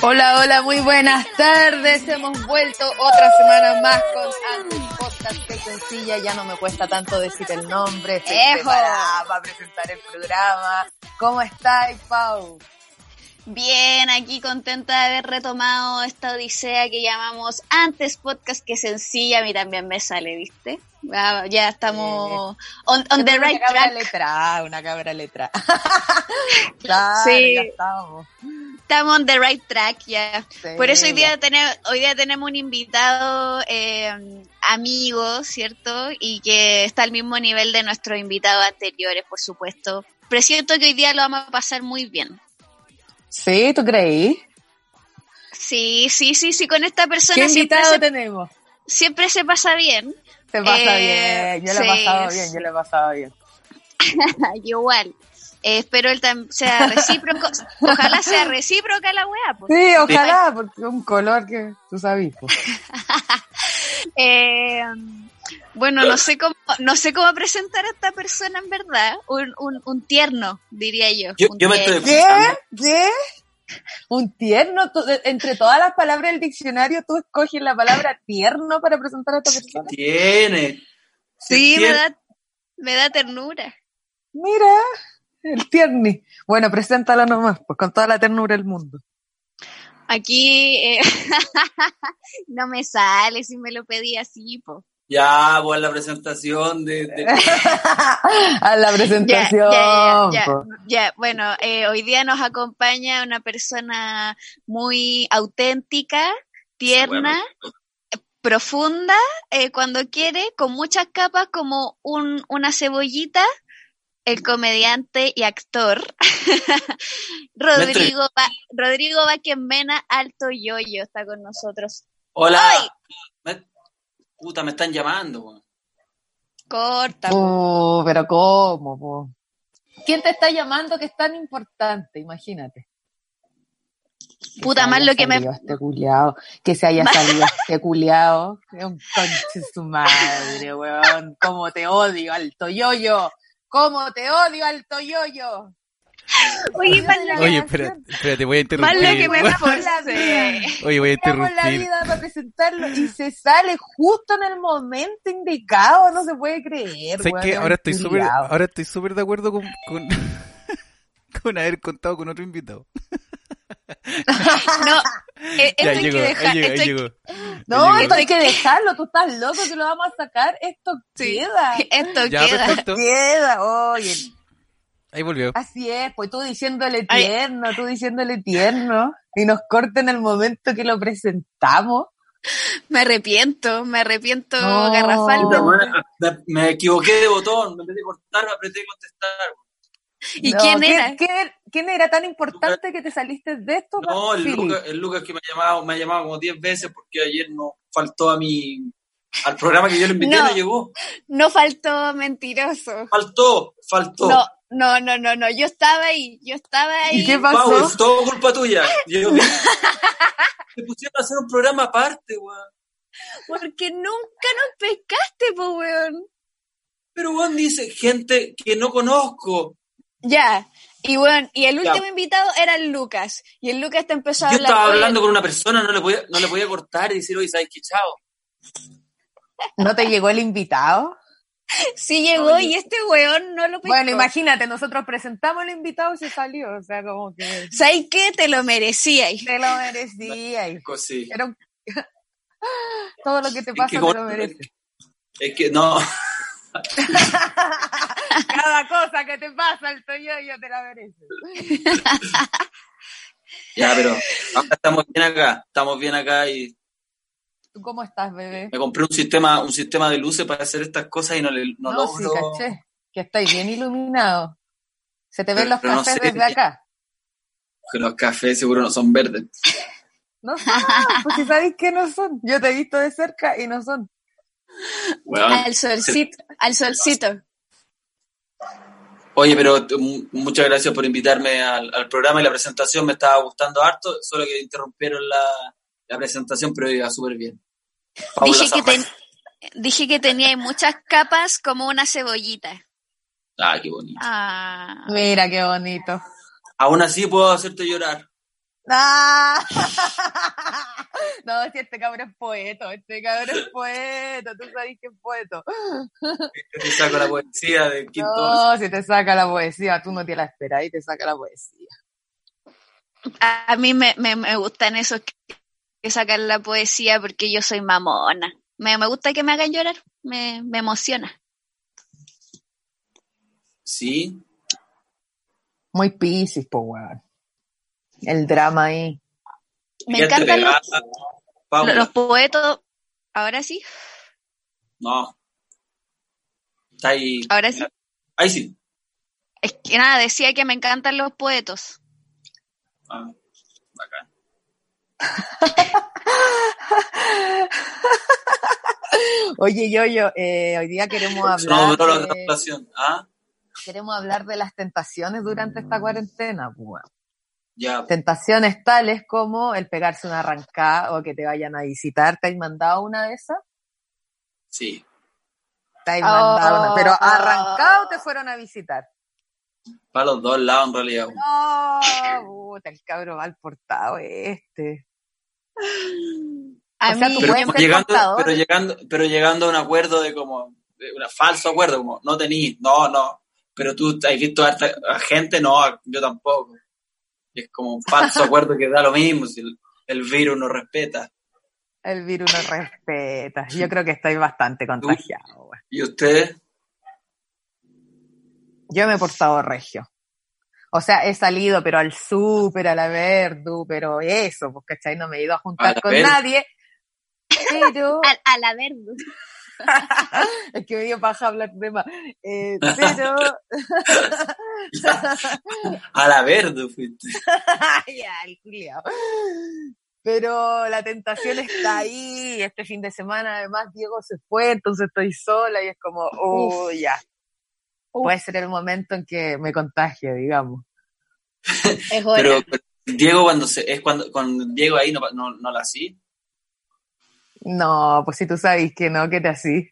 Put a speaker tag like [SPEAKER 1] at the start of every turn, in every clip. [SPEAKER 1] Hola, hola, muy buenas tardes. Hemos vuelto otra semana más con Antes Podcast. Qué sencilla, ya no me cuesta tanto decir el nombre. Estoy
[SPEAKER 2] ¡Ejo!
[SPEAKER 1] preparada para presentar el programa. ¿Cómo estáis, Pau?
[SPEAKER 2] Bien, aquí contenta de haber retomado esta odisea que llamamos antes podcast, que sencilla, a mí también me sale, ¿viste? Ya, ya estamos on, on the right
[SPEAKER 1] una cabra
[SPEAKER 2] track.
[SPEAKER 1] letra, ah, una cabra letra. claro,
[SPEAKER 2] Sí.
[SPEAKER 1] ya estamos.
[SPEAKER 2] Estamos on the right track, ya.
[SPEAKER 1] Sí,
[SPEAKER 2] Por eso hoy
[SPEAKER 1] ya.
[SPEAKER 2] día, tene- hoy día tenemos un invitado eh, amigo, ¿cierto? Y que está al mismo nivel de nuestros invitados anteriores, por supuesto. Presiento que hoy día lo vamos a pasar muy bien.
[SPEAKER 1] Sí, ¿tú creí?
[SPEAKER 2] Sí, sí, sí, sí, con esta
[SPEAKER 1] ¿Qué
[SPEAKER 2] persona siempre
[SPEAKER 1] invitado
[SPEAKER 2] se,
[SPEAKER 1] tenemos?
[SPEAKER 2] siempre se pasa bien.
[SPEAKER 1] Se pasa
[SPEAKER 2] Eh,
[SPEAKER 1] bien, yo lo he
[SPEAKER 2] sí,
[SPEAKER 1] pasado
[SPEAKER 2] sí.
[SPEAKER 1] bien, yo lo he pasado bien.
[SPEAKER 2] Yo igual. Eh, espero él tam- sea recíproco. Ojalá sea recíproca la weá. po.
[SPEAKER 1] Sí, ojalá, porque un color que tú sabes. po.
[SPEAKER 2] Eh, bueno, no sé cómo, no sé cómo presentar a esta persona en verdad. Un, un, un tierno, diría yo.
[SPEAKER 3] Yo,
[SPEAKER 2] Un
[SPEAKER 3] yo me
[SPEAKER 2] tierno.
[SPEAKER 3] estoy
[SPEAKER 1] ¿Qué?
[SPEAKER 3] escuchando.
[SPEAKER 1] ¿Qué? Un tierno, tú- de- entre todas las palabras del diccionario, tú escoges la palabra tierno para presentar a esta persona.
[SPEAKER 3] Tiene.
[SPEAKER 2] Sí,
[SPEAKER 3] Tier-
[SPEAKER 2] me da, me da ternura.
[SPEAKER 1] Mira, el tierni. Bueno, preséntala nomás, pues con toda la ternura del mundo.
[SPEAKER 2] Aquí eh, no me sale si me lo pedí así, po.
[SPEAKER 3] Ya, pues la presentación de, de-
[SPEAKER 1] a la
[SPEAKER 2] Ya,
[SPEAKER 1] presentación.
[SPEAKER 2] ya, ya, ya,
[SPEAKER 1] po.
[SPEAKER 2] ya. bueno, eh, hoy día nos acompaña una persona muy auténtica, tierna, profunda, eh, cuando quiere, con muchas capas como un, una cebollita, el comediante y actor Rodrigo, Ba- Rodrigo Vázquez Mena, alto yoyo, está con nosotros.
[SPEAKER 3] Hola.
[SPEAKER 2] ¡Ay!
[SPEAKER 3] Me- Puta, me están llamando. weón.
[SPEAKER 2] Corta.
[SPEAKER 1] Oh, pero ¿cómo? po? ¿Quién te está llamando que es tan importante? Imagínate.
[SPEAKER 2] Puta,
[SPEAKER 1] se
[SPEAKER 2] más
[SPEAKER 1] haya
[SPEAKER 2] lo que me-
[SPEAKER 1] salido Este culiao, que se haya salido este culiao. Es un conche su madre, weón. ¿Cómo te odio, alto yoyo? ¿Cómo te odio, alto yoyo?
[SPEAKER 2] Oye, más lo que-
[SPEAKER 4] Oye, espérate, espérate, voy a
[SPEAKER 2] más lo que
[SPEAKER 4] interrumpir.
[SPEAKER 2] me
[SPEAKER 1] Hola,
[SPEAKER 2] esforcé.
[SPEAKER 4] Oye, voy a
[SPEAKER 1] Tenemos la
[SPEAKER 4] interrumpir.
[SPEAKER 1] vida para presentarlo y se sale justo en el momento indicado. No se puede creer,
[SPEAKER 4] Sé
[SPEAKER 1] weón,
[SPEAKER 4] que
[SPEAKER 1] el
[SPEAKER 4] ahora estoy súper,
[SPEAKER 1] culiao.
[SPEAKER 4] ahora estoy súper de acuerdo con, con, con haber contado con otro invitado.
[SPEAKER 2] No, eh, esto
[SPEAKER 4] Ya
[SPEAKER 2] hay
[SPEAKER 4] llegó,
[SPEAKER 2] que dejar,
[SPEAKER 4] ahí llegó,
[SPEAKER 2] esto
[SPEAKER 4] ahí
[SPEAKER 2] hay
[SPEAKER 4] llegó.
[SPEAKER 1] No, esto
[SPEAKER 4] Ahí llegó.
[SPEAKER 1] hay que dejarlo, tú estás loco que lo vamos a sacar, esto
[SPEAKER 2] Sí.
[SPEAKER 1] queda.
[SPEAKER 2] Esto
[SPEAKER 4] Ya,
[SPEAKER 2] queda.
[SPEAKER 4] perfecto.
[SPEAKER 1] Queda, oye.
[SPEAKER 4] Ahí volvió.
[SPEAKER 1] Así es, pues tú diciéndole
[SPEAKER 2] Ay.
[SPEAKER 1] tierno, tú diciéndole tierno, y nos corten el momento que lo presentamos.
[SPEAKER 2] Me arrepiento, me arrepiento
[SPEAKER 1] No.
[SPEAKER 3] Puta,
[SPEAKER 2] garrafal.
[SPEAKER 3] weón, me, me equivoqué de botón. Me empecé a cortar, me apreté a contestar. weón.
[SPEAKER 2] ¿Y quién
[SPEAKER 1] ¿qué-
[SPEAKER 2] era?
[SPEAKER 1] qué- ¿Quién era tan importante que te saliste de esto?
[SPEAKER 3] No, el
[SPEAKER 1] Fili?
[SPEAKER 3] Lucas, el Lucas que me ha llamado, me ha llamado como 10 veces porque ayer no faltó a mi. Al programa que yo le invité
[SPEAKER 2] No.
[SPEAKER 3] no, llegó.
[SPEAKER 2] No faltó mentiroso.
[SPEAKER 3] Faltó, faltó.
[SPEAKER 2] No, no, no, no, no. Yo estaba ahí, yo estaba ahí.
[SPEAKER 1] ¿Y qué
[SPEAKER 3] Pau,
[SPEAKER 1] pasó?
[SPEAKER 3] es todo culpa tuya. Yo, te pusieron a hacer un programa aparte, weón.
[SPEAKER 2] Porque nunca nos pescaste, po, weón.
[SPEAKER 3] Pero Juan dice gente que no conozco.
[SPEAKER 2] Ya. Y bueno, y el
[SPEAKER 3] Ya.
[SPEAKER 2] último invitado era el Lucas. Y el Lucas te empezó a
[SPEAKER 3] Yo
[SPEAKER 2] hablar.
[SPEAKER 3] estaba
[SPEAKER 2] oye,
[SPEAKER 3] hablando con una persona, no le podía, no le podía cortar y decir, oye, ¿sabes qué? Chao.
[SPEAKER 1] ¿No te llegó el invitado?
[SPEAKER 2] Sí llegó y este weón no lo pescó.
[SPEAKER 1] Bueno, imagínate, nosotros presentamos al invitado y se salió, o sea, como que
[SPEAKER 2] ¿Sabes qué? Te lo merecías.
[SPEAKER 1] te lo merecía. y
[SPEAKER 3] Sí.
[SPEAKER 1] era un- Todo lo que te
[SPEAKER 3] Es
[SPEAKER 1] pasa
[SPEAKER 3] que
[SPEAKER 1] te
[SPEAKER 3] como-
[SPEAKER 1] lo mereces.
[SPEAKER 3] Es que no.
[SPEAKER 1] Cada cosa que te pasa, el Toyoyo te la merece.
[SPEAKER 3] Ya, pero ahora estamos bien acá, estamos bien acá y
[SPEAKER 1] ¿Tú cómo estás, bebé?
[SPEAKER 3] me compré un sistema, un sistema de luces para hacer estas cosas y no, le, no,
[SPEAKER 1] No, sí,
[SPEAKER 3] logro.
[SPEAKER 1] caché. Que estáis bien iluminado. Se te
[SPEAKER 3] Pero-
[SPEAKER 1] ven los
[SPEAKER 3] pero no
[SPEAKER 1] cafés
[SPEAKER 3] sé.
[SPEAKER 1] desde acá.
[SPEAKER 3] que los cafés seguro no son verdes.
[SPEAKER 1] No son, pues si sabéis que no son. Yo te he visto de cerca y no son.
[SPEAKER 3] Weón.
[SPEAKER 2] Al solcito, al solcito.
[SPEAKER 3] Oye, pero t- mu- muchas gracias por invitarme al, al programa y la presentación me estaba gustando harto, solo que interrumpieron la, la presentación, pero iba súper bien. Paula
[SPEAKER 2] Dije que,
[SPEAKER 3] Zapata.
[SPEAKER 2] ten- dije que tenía muchas capas como una cebollita.
[SPEAKER 3] Ah, qué bonito.
[SPEAKER 2] Ah.
[SPEAKER 1] Mira qué bonito.
[SPEAKER 3] Aún así puedo hacerte llorar.
[SPEAKER 1] ¡Ah! No, si este cabrón es poeta, este cabrón es poeta, tú sabes que es poeta.
[SPEAKER 3] Te saco la poesía de Quinto.
[SPEAKER 1] No, si te saca la poesía, tú no te la esperas y te saca la poesía.
[SPEAKER 2] A a mí me, me- me gustan esos que, que sacan la poesía porque yo soy mamona. Me, me gusta que me hagan llorar, me, me emociona.
[SPEAKER 3] Sí.
[SPEAKER 1] Muy piscis, po, weón. El drama ahí.
[SPEAKER 2] Me
[SPEAKER 3] Qué
[SPEAKER 2] encantan los,
[SPEAKER 3] entregada, Paula.
[SPEAKER 2] los poetos. Ahora sí,
[SPEAKER 3] No. Está ahí.
[SPEAKER 2] ahora sí.
[SPEAKER 3] Ahí sí.
[SPEAKER 2] Es que nada, decía que me encantan los poetos.
[SPEAKER 3] Ah, bacán.
[SPEAKER 1] Oye, yo, yo, eh, hoy día queremos
[SPEAKER 3] Eso no
[SPEAKER 1] hablar,
[SPEAKER 3] duró la
[SPEAKER 1] de,
[SPEAKER 3] relación. Ah,
[SPEAKER 1] queremos hablar de las tentaciones durante
[SPEAKER 3] Mm.
[SPEAKER 1] esta cuarentena, po, weón.
[SPEAKER 3] ya.
[SPEAKER 1] Tentaciones tales como el pegarse una arrancada o que te vayan a visitar. ¿Te has mandado una de esas?
[SPEAKER 3] Sí.
[SPEAKER 1] Te has
[SPEAKER 2] Oh.
[SPEAKER 1] mandado una. Pero arrancado te fueron a visitar.
[SPEAKER 3] Para los dos lados en realidad.
[SPEAKER 1] No, puta, el cabro mal portado este.
[SPEAKER 2] A
[SPEAKER 1] O sea,
[SPEAKER 2] mí,
[SPEAKER 1] tú
[SPEAKER 3] Pero
[SPEAKER 1] puedes
[SPEAKER 3] como
[SPEAKER 1] ser
[SPEAKER 3] llegando,
[SPEAKER 1] contador.
[SPEAKER 3] pero llegando, pero llegando a un acuerdo de como, de un falso acuerdo, como, no tenís, no, no. Pero tú has visto harta gente, no, yo tampoco. Y Es como un falso acuerdo que da lo mismo, si el, el virus no respeta.
[SPEAKER 1] El virus no respeta. Yo creo que estoy bastante contagiado. güey.
[SPEAKER 3] ¿Y usted?
[SPEAKER 1] Yo me he portado regio. O sea, he salido, pero al súper, a la verdu, pero eso, pues, ¿cachai? No me he ido a
[SPEAKER 3] A
[SPEAKER 1] juntar
[SPEAKER 3] la
[SPEAKER 1] con
[SPEAKER 3] Verdu.
[SPEAKER 1] nadie. Pero
[SPEAKER 2] a, a la verde.
[SPEAKER 1] es que me dio paja hablar de más. Eh, pero,
[SPEAKER 3] A la verde fuiste.
[SPEAKER 1] Ay, al culiao. Pero la tentación está ahí. Este fin de semana, además, Diego se fue, entonces estoy sola y es como, oh, ya. Puede ser el momento en que me contagie, digamos.
[SPEAKER 2] Es hora.
[SPEAKER 3] Pero, pero Diego cuando se, es cuando, con Diego ahí no, no, no la sí.
[SPEAKER 1] No, pues si tú sabes que no, que te así.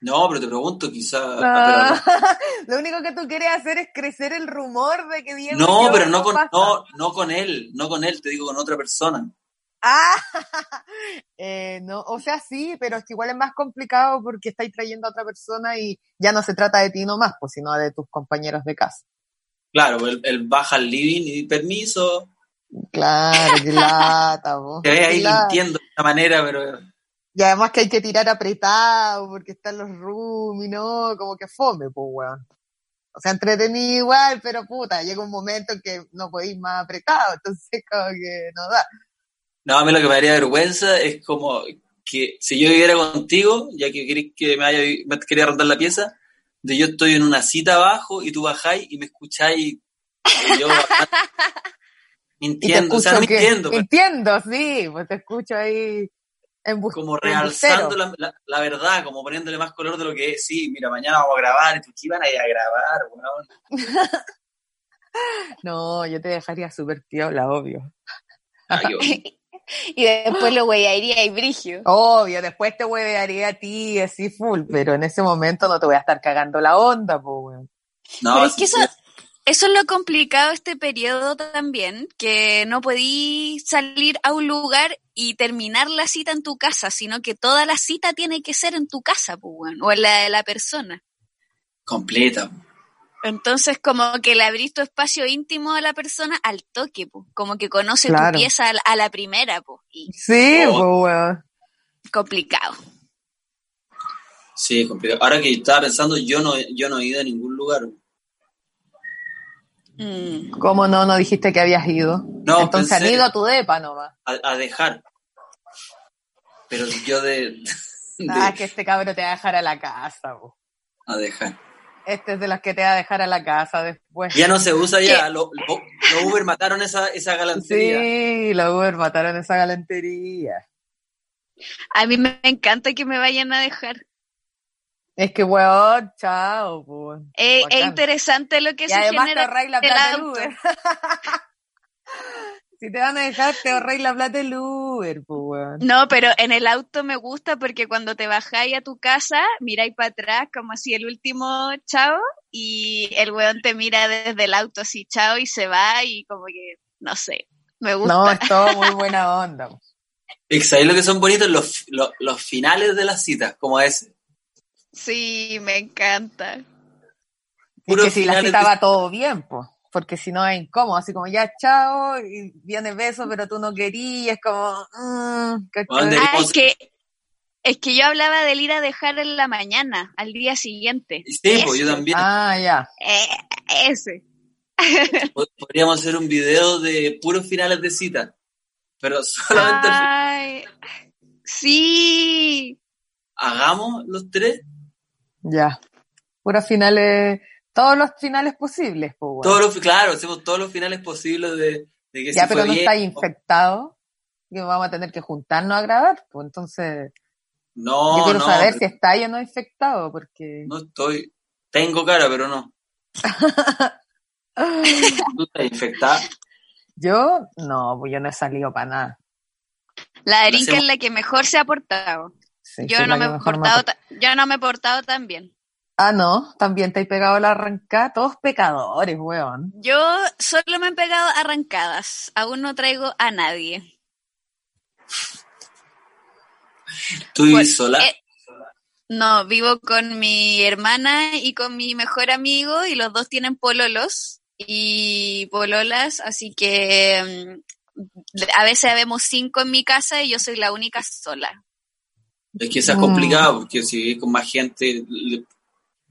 [SPEAKER 3] No, pero te pregunto, quizá.
[SPEAKER 1] No.
[SPEAKER 3] Ah, pero-
[SPEAKER 1] Lo único que tú quieres hacer es crecer el rumor de que Diego. y
[SPEAKER 3] no,
[SPEAKER 1] yo
[SPEAKER 3] pero no con,
[SPEAKER 1] pasa.
[SPEAKER 3] no, no con él, no con él, te digo con otra persona.
[SPEAKER 1] Ah, eh, no, o sea, sí, pero es que igual es más complicado porque estáis trayendo a otra persona y ya no se trata de ti nomás, pues, sino de tus compañeros de casa.
[SPEAKER 3] Claro, él, él baja al living y permiso,
[SPEAKER 1] Claro, qué lata, vos.
[SPEAKER 3] Te ves ahí
[SPEAKER 1] qué lata.
[SPEAKER 3] mintiendo de esta manera, pero
[SPEAKER 1] Y además que hay que tirar apretado porque están los roomies, ¿no? Como que fome, pues, weón. O sea, entretenido igual, pero puta, llega un momento en que no podéis más apretado, entonces como que no da.
[SPEAKER 3] no, a mí lo que me daría vergüenza es como que si yo viviera contigo, ya que querés que me, haya, me quería rentar la pieza, de yo estoy en una cita abajo y tú bajáis y me escucháis y yo bajando,
[SPEAKER 1] Y te
[SPEAKER 3] mintiendo, o
[SPEAKER 1] escucho
[SPEAKER 3] sea, no pues.
[SPEAKER 1] que-
[SPEAKER 3] mintiendo, pero
[SPEAKER 1] Mintiendo, sí, pues te escucho ahí en bus-
[SPEAKER 3] como
[SPEAKER 1] embustero.
[SPEAKER 3] realzando la, la- la verdad, como poniéndole más color de lo que es. Sí, mira, mañana vamos a grabar y tú qué iban a ir a grabar, weón.
[SPEAKER 1] No, yo te dejaría súper piola, obvio.
[SPEAKER 3] Ah, qué bonito.
[SPEAKER 2] y después lo iría y brigio.
[SPEAKER 1] Obvio, después te huevearía a ti, así full, pero en ese momento no te voy a estar cagando la onda, pues, weón.
[SPEAKER 3] No,
[SPEAKER 2] Pero es
[SPEAKER 3] sí,
[SPEAKER 2] que eso,
[SPEAKER 3] sí.
[SPEAKER 2] eso es lo complicado de este periodo también, que no podí salir a un lugar y terminar la cita en tu casa, sino que toda la cita tiene que ser en tu casa, pues, weón, o en la de la persona.
[SPEAKER 3] completa.
[SPEAKER 2] Entonces, como que le abrís tu espacio íntimo a la persona al toque, pues, como que conoce
[SPEAKER 1] Claro.
[SPEAKER 2] tu pieza a la, a la primera, pues, y
[SPEAKER 1] Sí,
[SPEAKER 3] Oh.
[SPEAKER 1] pues, weón.
[SPEAKER 2] complicado.
[SPEAKER 3] Sí, complicado. Ahora que estaba pensando, yo no, yo no he ido a ningún lugar.
[SPEAKER 2] Mm.
[SPEAKER 1] ¿Cómo no? No dijiste que habías ido.
[SPEAKER 3] No,
[SPEAKER 1] Entonces
[SPEAKER 3] pensé-
[SPEAKER 1] han ido a tu depa nomás.
[SPEAKER 3] A, a dejar. Pero yo de. de-
[SPEAKER 1] Ah, que este cabro te va a dejar a la casa. po.
[SPEAKER 3] A dejar.
[SPEAKER 1] Este es de los que te va a dejar a la casa después.
[SPEAKER 3] Ya no se usa ya. Los lo Uber mataron esa, esa galantería.
[SPEAKER 1] Sí, la Uber mataron esa galantería.
[SPEAKER 2] A mí me encanta que me vayan a dejar.
[SPEAKER 1] Es que, weón, chao, po.
[SPEAKER 2] Eh,
[SPEAKER 1] Bacán.
[SPEAKER 2] es interesante lo que
[SPEAKER 1] Y
[SPEAKER 2] se
[SPEAKER 1] además te
[SPEAKER 2] genera.
[SPEAKER 1] ahorráis la
[SPEAKER 2] del
[SPEAKER 1] plata del
[SPEAKER 2] auto.
[SPEAKER 1] Uber. si te van a dejar, te ahorráis la plata del Uber, po, weón.
[SPEAKER 2] No, pero en el auto me gusta porque cuando te bajáis a tu casa, miráis para atrás como así el último chao y el weón te mira desde el auto así chao y se va y como que, no sé, me gusta.
[SPEAKER 1] No, es todo muy buena onda. po.
[SPEAKER 3] Y ¿Sabéis lo que son bonitos? Los, los, los finales de las citas, como ese.
[SPEAKER 2] Sí, me encanta.
[SPEAKER 1] Es
[SPEAKER 3] Puros
[SPEAKER 1] que si la
[SPEAKER 3] finales
[SPEAKER 1] cita
[SPEAKER 3] de-
[SPEAKER 1] va todo bien, pues. Porque si no es incómodo, así como ya chao, y viene beso, pero tú no querías, como. mm, ¿cachai?
[SPEAKER 3] Weón, de-
[SPEAKER 2] Ah,
[SPEAKER 3] Tenemos-
[SPEAKER 2] es que, es que yo hablaba del ir a dejar en la mañana, al día siguiente.
[SPEAKER 3] Sí, pues yo
[SPEAKER 2] Ese.
[SPEAKER 3] también.
[SPEAKER 1] ah, ya.
[SPEAKER 2] Eh, ese.
[SPEAKER 3] Pod- Podríamos hacer un video de puros finales de citas. Pero solamente
[SPEAKER 1] Ah.
[SPEAKER 2] Ay, sí.
[SPEAKER 3] hagamos los tres.
[SPEAKER 1] Ya. Puros finales, todos los finales posibles, pues, weón.
[SPEAKER 3] Todos los, claro, hacemos todos los finales posibles de, de que
[SPEAKER 1] ya,
[SPEAKER 3] si
[SPEAKER 1] pero
[SPEAKER 3] fue
[SPEAKER 1] no
[SPEAKER 3] bien
[SPEAKER 1] estáis
[SPEAKER 3] o-
[SPEAKER 1] infectado, que vamos a tener que juntarnos a grabar, pues entonces yo
[SPEAKER 3] No,
[SPEAKER 1] quiero
[SPEAKER 3] no,
[SPEAKER 1] saber si estáis o no infectado, porque
[SPEAKER 3] no estoy. Tengo cara, pero no. ¿Tú estás infectada?
[SPEAKER 1] yo no, pues yo no he salido para nada.
[SPEAKER 2] La Arinca
[SPEAKER 3] hacemos-
[SPEAKER 2] es la que mejor se ha portado.
[SPEAKER 1] Sí,
[SPEAKER 2] Yo
[SPEAKER 1] soy
[SPEAKER 2] no
[SPEAKER 1] la
[SPEAKER 2] me
[SPEAKER 1] que
[SPEAKER 2] he
[SPEAKER 1] mejor
[SPEAKER 2] portado,
[SPEAKER 1] ha-
[SPEAKER 2] ta- yo no me he portado tan bien.
[SPEAKER 1] Ah, no, también te he pegado la arrancada, todos pecadores, weón.
[SPEAKER 2] Yo solo me han pegado arrancadas. Aún no traigo a nadie.
[SPEAKER 3] ¿Tú vivís
[SPEAKER 2] Bueno,
[SPEAKER 3] sola?
[SPEAKER 2] eh, no, vivo con mi hermana y con mi mejor amigo y los dos tienen pololos y pololas, así que mm, a veces vemos cinco en mi casa y yo soy la única sola.
[SPEAKER 3] Es que esa es
[SPEAKER 1] Mm.
[SPEAKER 3] complicada, porque si vivís con más gente le-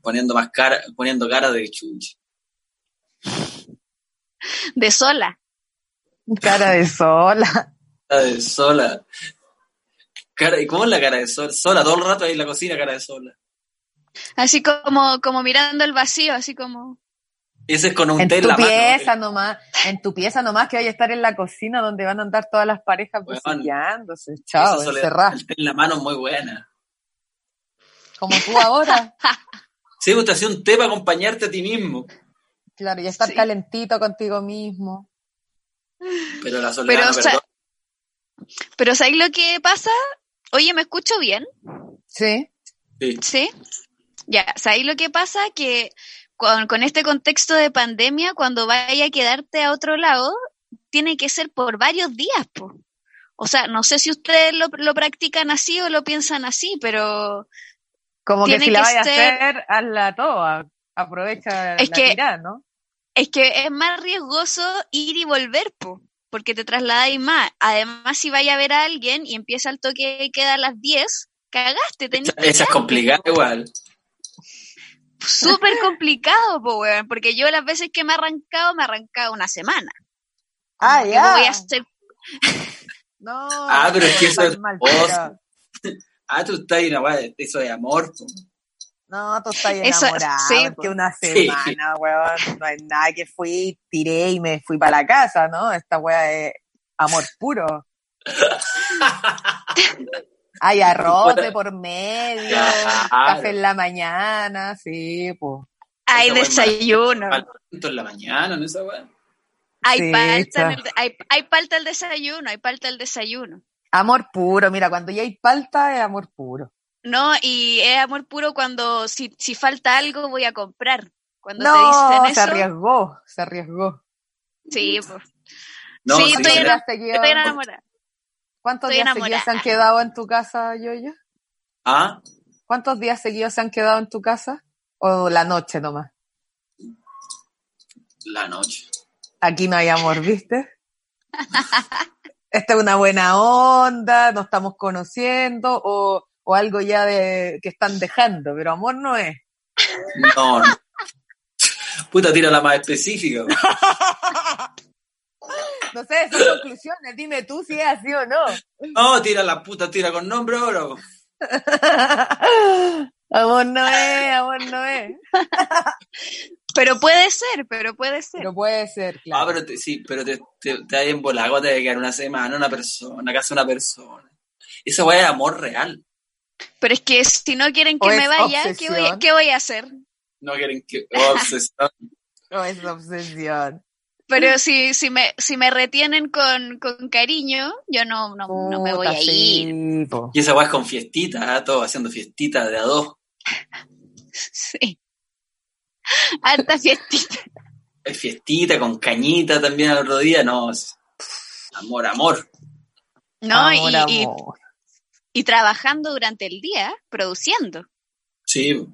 [SPEAKER 3] poniendo más cara, poniendo cara de chucha.
[SPEAKER 2] De sola.
[SPEAKER 1] Cara de sola.
[SPEAKER 3] Cara de sola. Cara, ¿y ¿Cómo es la cara de sola? Sola, todo el rato ahí en la cocina, cara de sola.
[SPEAKER 2] Así como, como mirando el vacío, así como...
[SPEAKER 3] Ese es con un
[SPEAKER 1] En
[SPEAKER 3] té en
[SPEAKER 1] tu
[SPEAKER 3] la mano. eh.
[SPEAKER 1] pieza
[SPEAKER 2] eh.
[SPEAKER 1] nomás, en tu pieza nomás que vaya a estar en la cocina donde van a andar todas las parejas
[SPEAKER 3] Weón.
[SPEAKER 1] besuqueándose,
[SPEAKER 3] Esa
[SPEAKER 1] chao,
[SPEAKER 3] soledad,
[SPEAKER 1] encerrada,
[SPEAKER 3] El té en la mano es muy buena.
[SPEAKER 1] como tú ahora.
[SPEAKER 3] Sí, vos te hacía un té para acompañarte a ti mismo.
[SPEAKER 1] Claro, y estar
[SPEAKER 2] Sí.
[SPEAKER 1] calentito contigo mismo.
[SPEAKER 3] Pero la soledad
[SPEAKER 2] Pero,
[SPEAKER 3] no
[SPEAKER 2] o sea,
[SPEAKER 3] perdona.
[SPEAKER 2] Pero ¿sabes lo que pasa? Oye, ¿me escucho bien?
[SPEAKER 1] Sí,
[SPEAKER 3] Sí.
[SPEAKER 2] ¿Sí? Ya, ¿sabéis lo que pasa? Que con, con este contexto de pandemia, cuando vaya a quedarte a otro lado, tiene que ser por varios días, po. O sea, no sé si ustedes lo, lo practican así o lo piensan así, pero
[SPEAKER 1] como que
[SPEAKER 2] Tiene
[SPEAKER 1] si la
[SPEAKER 2] que
[SPEAKER 1] vayas
[SPEAKER 2] ser-
[SPEAKER 1] a hacer, hazla toda, aprovecha
[SPEAKER 2] Es
[SPEAKER 1] la
[SPEAKER 2] que-
[SPEAKER 1] tirada, ¿no?
[SPEAKER 2] es que es más riesgoso ir y volver, po, porque te trasladáis más. Además, si vaya a ver a alguien y empieza el toque que queda a las 10, cagaste, tenés
[SPEAKER 3] Esa, esa es complicada igual.
[SPEAKER 2] súper complicado, po, weón, porque yo las veces que me he arrancado, me he arrancado una semana.
[SPEAKER 1] Ah,
[SPEAKER 2] Yo
[SPEAKER 1] ya.
[SPEAKER 2] voy a hacer
[SPEAKER 1] No.
[SPEAKER 3] Ah, pero es que eso
[SPEAKER 1] estáis
[SPEAKER 3] es
[SPEAKER 1] mal,
[SPEAKER 3] vos.
[SPEAKER 1] pero-
[SPEAKER 3] Ah, tú estás ahí, una weá, eso de amor. po.
[SPEAKER 1] No, tú estás
[SPEAKER 2] Eso-
[SPEAKER 1] enamorada,
[SPEAKER 2] sí,
[SPEAKER 1] porque una
[SPEAKER 3] Sí.
[SPEAKER 1] semana, weón, no es nada que fui, tiré y me fui para la casa, ¿no? Esta weá es amor puro. Hay arroz de por medio,
[SPEAKER 3] Claro.
[SPEAKER 1] café en la mañana, sí, pues.
[SPEAKER 2] Hay
[SPEAKER 3] Esa weá es mal-
[SPEAKER 2] desayuno,
[SPEAKER 3] mal- en la mañana, ¿no? Esa weá.
[SPEAKER 2] hay
[SPEAKER 1] Sí,
[SPEAKER 2] palta, en el-
[SPEAKER 1] está.
[SPEAKER 2] hay, hay palta al desayuno, hay palta al desayuno.
[SPEAKER 1] Amor puro, mira, cuando ya hay palta es amor puro.
[SPEAKER 2] No, y es amor puro cuando si, si falta algo voy a comprar. Cuando
[SPEAKER 1] No,
[SPEAKER 2] te
[SPEAKER 1] se
[SPEAKER 2] dicen eso,
[SPEAKER 1] arriesgó, se arriesgó.
[SPEAKER 2] sí, po.
[SPEAKER 3] No,
[SPEAKER 2] Sí,
[SPEAKER 3] sí,
[SPEAKER 2] estoy
[SPEAKER 3] sí.
[SPEAKER 2] en-
[SPEAKER 1] días
[SPEAKER 2] enamorada.
[SPEAKER 1] seguidos-
[SPEAKER 2] estoy enamorada.
[SPEAKER 1] ¿Cuántos
[SPEAKER 2] estoy
[SPEAKER 1] días seguidos se han
[SPEAKER 2] enamorada.
[SPEAKER 1] quedado en tu casa, Yoyo?
[SPEAKER 3] Ah,
[SPEAKER 1] ¿Cuántos días seguidos se han quedado en tu casa? ¿O la noche nomás?
[SPEAKER 3] la noche.
[SPEAKER 1] Aquí no hay amor, ¿viste? Esta es una buena onda, nos estamos conociendo, o, o algo ya de que están dejando, pero amor no es.
[SPEAKER 3] No, no. Puta, tira la más específica. güey.
[SPEAKER 1] No sé, son conclusiones, dime tú si es así o no.
[SPEAKER 3] No, tira la puta, tira con nombre ahora. güey.
[SPEAKER 1] amor no es, amor no es.
[SPEAKER 2] Pero puede ser, pero puede ser.
[SPEAKER 1] Pero puede ser,
[SPEAKER 3] Ah,
[SPEAKER 1] claro.
[SPEAKER 3] pero te, sí, pero te, te, te hay embolado, te debe quedar una semana, una persona, casi una persona. Esa weá es amor real.
[SPEAKER 2] Pero es que si no quieren
[SPEAKER 1] O
[SPEAKER 2] que
[SPEAKER 1] es
[SPEAKER 2] me vaya, ¿qué voy, a,
[SPEAKER 1] obsesión.
[SPEAKER 2] qué voy a hacer?
[SPEAKER 3] No quieren que. oh, obsesión.
[SPEAKER 1] No es obsesión. Mm.
[SPEAKER 2] Pero si, si, me, si me retienen con, con cariño, yo no, no, no me voy
[SPEAKER 1] Puta,
[SPEAKER 2] a ir.
[SPEAKER 1] sí, po.
[SPEAKER 3] Y esa weá es con fiestitas, ah, todos haciendo fiestitas de a dos.
[SPEAKER 2] Sí. Harta fiestita.
[SPEAKER 3] Eh, Fiestita con cañita también al otro día, no. es- Amor, amor.
[SPEAKER 2] ¿No?
[SPEAKER 1] Amor,
[SPEAKER 2] y, y-
[SPEAKER 1] amor.
[SPEAKER 2] y trabajando durante el día, produciendo.
[SPEAKER 3] Sí.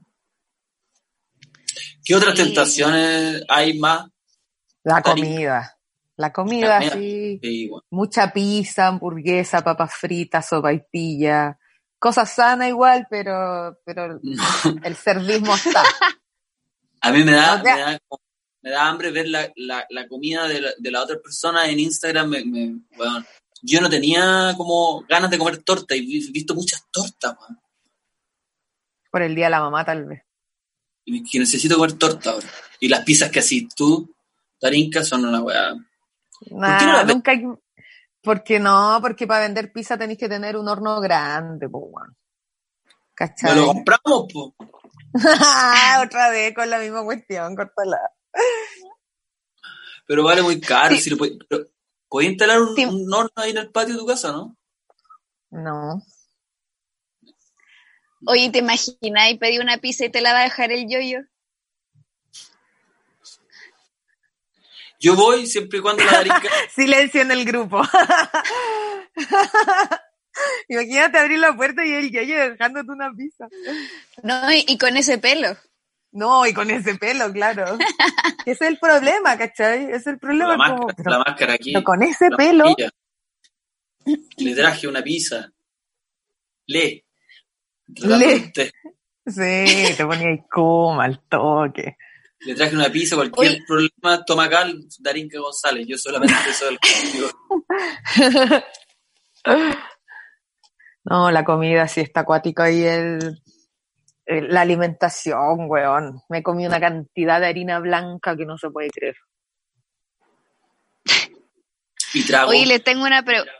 [SPEAKER 3] ¿Qué otras
[SPEAKER 2] Sí.
[SPEAKER 3] tentaciones hay más?
[SPEAKER 1] La
[SPEAKER 3] Tari-
[SPEAKER 1] comida. La comida,
[SPEAKER 3] La comida.
[SPEAKER 1] sí.
[SPEAKER 3] Sí, bueno.
[SPEAKER 1] Mucha pizza, hamburguesa, papas fritas, sopaipilla. Cosas sanas igual, pero, pero el servismo está.
[SPEAKER 3] A mí me da,
[SPEAKER 1] O sea-
[SPEAKER 3] me da, me da hambre ver la, la, la comida de la, de la otra persona en Instagram. Me, me- weón. yo no tenía como ganas de comer torta y vi- visto muchas tortas, weón.
[SPEAKER 1] Por el día de la mamá, tal vez.
[SPEAKER 3] Y que necesito comer torta ahora. Y las pizzas que así tú, Tarinca, son una weá.
[SPEAKER 1] Nah,
[SPEAKER 3] qué no la ve-
[SPEAKER 1] nunca hay- Porque no, porque para vender pizza tenéis que tener un horno grande, po, weón.
[SPEAKER 3] No
[SPEAKER 1] ¿Cachai?
[SPEAKER 3] lo compramos, po.
[SPEAKER 1] Otra vez con la misma cuestión, cortala.
[SPEAKER 3] Pero vale muy caro. Si lo puede- pero- ¿Puedes instalar un,
[SPEAKER 1] Sí.
[SPEAKER 3] un horno ahí en el patio de tu casa, no?
[SPEAKER 1] No.
[SPEAKER 2] Oye, ¿te imaginas? Y pedí una pizza y te la va a dejar el yoyo.
[SPEAKER 3] Yo voy siempre y cuando la Tarinca.
[SPEAKER 1] Silencio en el grupo. Imagínate abrir la puerta y el yayo dejándote una pizza.
[SPEAKER 2] No, y, y con ese pelo.
[SPEAKER 1] No, y con ese pelo, claro. Que Ese es el problema, ¿cachai? Ese Es el
[SPEAKER 3] la,
[SPEAKER 1] problema. como-
[SPEAKER 3] máscara,
[SPEAKER 1] pero-
[SPEAKER 3] la máscara aquí.
[SPEAKER 1] pero con ese
[SPEAKER 3] la
[SPEAKER 1] pelo,
[SPEAKER 3] maravilla. Le traje una pizza. Le. Tratando
[SPEAKER 1] Le.
[SPEAKER 3] de usted.
[SPEAKER 1] sí, te ponía ahí coma al toque.
[SPEAKER 3] Le traje una pizza, cualquier
[SPEAKER 2] Oye.
[SPEAKER 3] problema estomacal, Darinka González. Yo solamente soy el contigo.
[SPEAKER 1] No, la comida sí está acuática y el, el- la alimentación, weón. Me comí una cantidad de harina blanca que no se puede creer.
[SPEAKER 3] Y trago.
[SPEAKER 2] Oye, le tengo una pregunta.